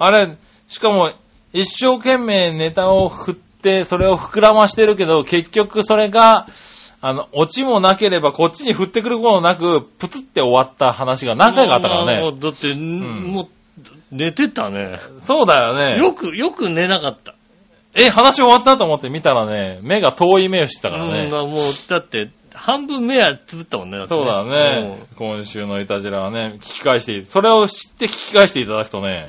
[SPEAKER 3] あれ、しかも、一生懸命ネタを振って、それを膨らましてるけど、結局それが、あの、オチもなければ、こっちに振ってくることなく、プツって終わった話が何回かあったから
[SPEAKER 2] も
[SPEAKER 3] ね。
[SPEAKER 2] うだって、
[SPEAKER 3] ん
[SPEAKER 2] もう、寝てたね。
[SPEAKER 3] そうだよね。
[SPEAKER 2] よく、よく寝なかった。
[SPEAKER 3] え、話終わったと思って見たらね、目が遠い目をしてたから
[SPEAKER 2] うん
[SPEAKER 3] ね。
[SPEAKER 2] まあもう、だって、半分目はつぶったもんね。って
[SPEAKER 3] そうだね。。今週のイタジラはね、聞き返して、それを知って聞き返していただくと
[SPEAKER 2] う
[SPEAKER 3] ね、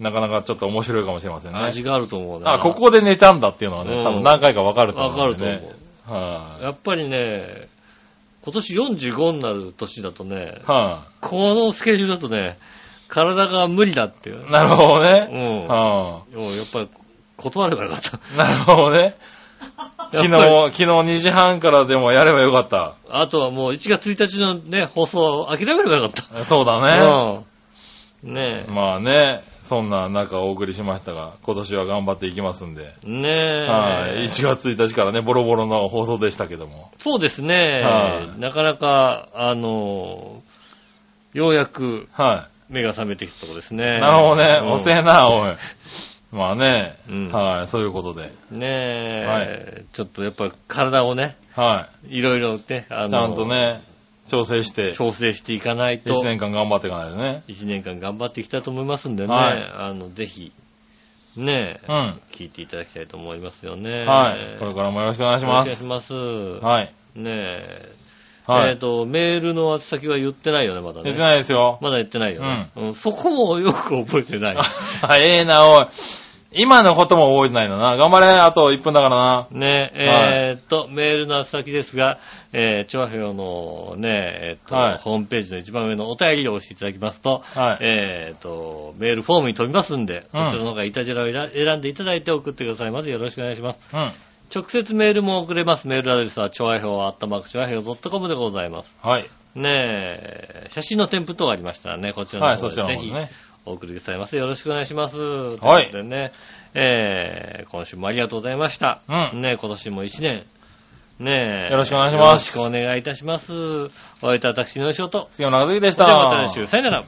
[SPEAKER 2] ん。
[SPEAKER 3] なかなかちょっと面白いかもしれませんね。
[SPEAKER 2] 味があると思うな。
[SPEAKER 3] あ、ここで寝たんだっていうのは
[SPEAKER 2] う
[SPEAKER 3] ね、
[SPEAKER 2] ん
[SPEAKER 3] 多分何回か分かると思
[SPEAKER 2] わか
[SPEAKER 3] う
[SPEAKER 2] る
[SPEAKER 3] ん
[SPEAKER 2] と
[SPEAKER 3] で、ね。
[SPEAKER 2] 思う。
[SPEAKER 3] はい、
[SPEAKER 2] やっぱりね、今年45になる年だとね、
[SPEAKER 3] は
[SPEAKER 2] このスケジュールだとね、体が無理だっていう。
[SPEAKER 3] い、なる
[SPEAKER 2] う
[SPEAKER 3] ほどね。
[SPEAKER 2] ん。
[SPEAKER 3] は
[SPEAKER 2] もうやっぱり断ればよかった。
[SPEAKER 3] い、なるほどね。 昨日、
[SPEAKER 2] やっぱり
[SPEAKER 3] 昨日2時半からでもやればよかっ。
[SPEAKER 2] あとはもう1月1日のね、放送諦めればよかった
[SPEAKER 3] そうだね。
[SPEAKER 2] うん。ね
[SPEAKER 3] まあね、そんな中お送りしましたが、今年は頑張っていきますんで。
[SPEAKER 2] え。ねえ。
[SPEAKER 3] はい、1月1日からね、ボロボロの放送でしたけども。
[SPEAKER 2] そうですね
[SPEAKER 3] は。い
[SPEAKER 2] なかなか、あのーようやく
[SPEAKER 3] は
[SPEAKER 2] 目が覚めてきたとこです
[SPEAKER 3] い。
[SPEAKER 2] ね。
[SPEAKER 3] なるほどね。
[SPEAKER 2] うん
[SPEAKER 3] 遅えな、おい。まあね、
[SPEAKER 2] うん
[SPEAKER 3] はい、そういうことで。
[SPEAKER 2] ねえ、
[SPEAKER 3] は
[SPEAKER 2] ちょっとやっぱ体をね、
[SPEAKER 3] はい
[SPEAKER 2] ろいろね、あの
[SPEAKER 3] い。ちゃんとね、調整して、
[SPEAKER 2] 調整していかないと、
[SPEAKER 3] 1年間頑張っていかないとね。
[SPEAKER 2] 一年間頑張っていきたいと思いますんでね、
[SPEAKER 3] はい
[SPEAKER 2] あの、ぜひ、ねえ、
[SPEAKER 3] うん。
[SPEAKER 2] 聞いていただきたいと思いますよね。
[SPEAKER 3] はい。これからもよろしくお願いし
[SPEAKER 2] お願い
[SPEAKER 3] ま
[SPEAKER 2] し
[SPEAKER 3] す。
[SPEAKER 2] ます。
[SPEAKER 3] はい。
[SPEAKER 2] ねえ、
[SPEAKER 3] は
[SPEAKER 2] えっ、
[SPEAKER 3] い。
[SPEAKER 2] と、メールの宛先は言ってないよね、まだ
[SPEAKER 3] 言って
[SPEAKER 2] ね。
[SPEAKER 3] ないですよ。
[SPEAKER 2] まだ言ってないよね、うんそこもよく覚えてない。
[SPEAKER 3] あええな、おい。今のことも覚えてないのな。頑張れ、あと1分だからな。
[SPEAKER 2] ねえ、えーっと、メールの宛先ですが、えー、調和表のね、えーっと、
[SPEAKER 3] はい
[SPEAKER 2] ホームページの一番上のお便りを押していただきますと、
[SPEAKER 3] はい
[SPEAKER 2] えーっと、メールフォームに飛びますんで、そちらの方がいたじらを選選んでいただいて送ってください。まずよろしくお願いします。
[SPEAKER 3] うん。
[SPEAKER 2] 直接メールも送れます。メールアドレスは、超愛表、あったまく超愛表 .com でございます。
[SPEAKER 3] はい。
[SPEAKER 2] ねえ、写真の添付等ありましたらね、こちら
[SPEAKER 3] は
[SPEAKER 2] の
[SPEAKER 3] い、
[SPEAKER 2] 方
[SPEAKER 3] そち
[SPEAKER 2] で
[SPEAKER 3] ら
[SPEAKER 2] ぜ
[SPEAKER 3] の方
[SPEAKER 2] ひ
[SPEAKER 3] でね。
[SPEAKER 2] お送りくださいませ。よろしくお願いします。
[SPEAKER 3] は
[SPEAKER 2] という
[SPEAKER 3] い
[SPEAKER 2] ことでね、えー、今週もありがとうございました。
[SPEAKER 3] うん
[SPEAKER 2] ねえ、今年も一年。ねえ。
[SPEAKER 3] よろしくお願いします
[SPEAKER 2] よろしくお願いいたします。お会いいたい私、の仕事。
[SPEAKER 3] 杉山中杉でし
[SPEAKER 2] で
[SPEAKER 3] た。
[SPEAKER 2] はまた来週。さよなら。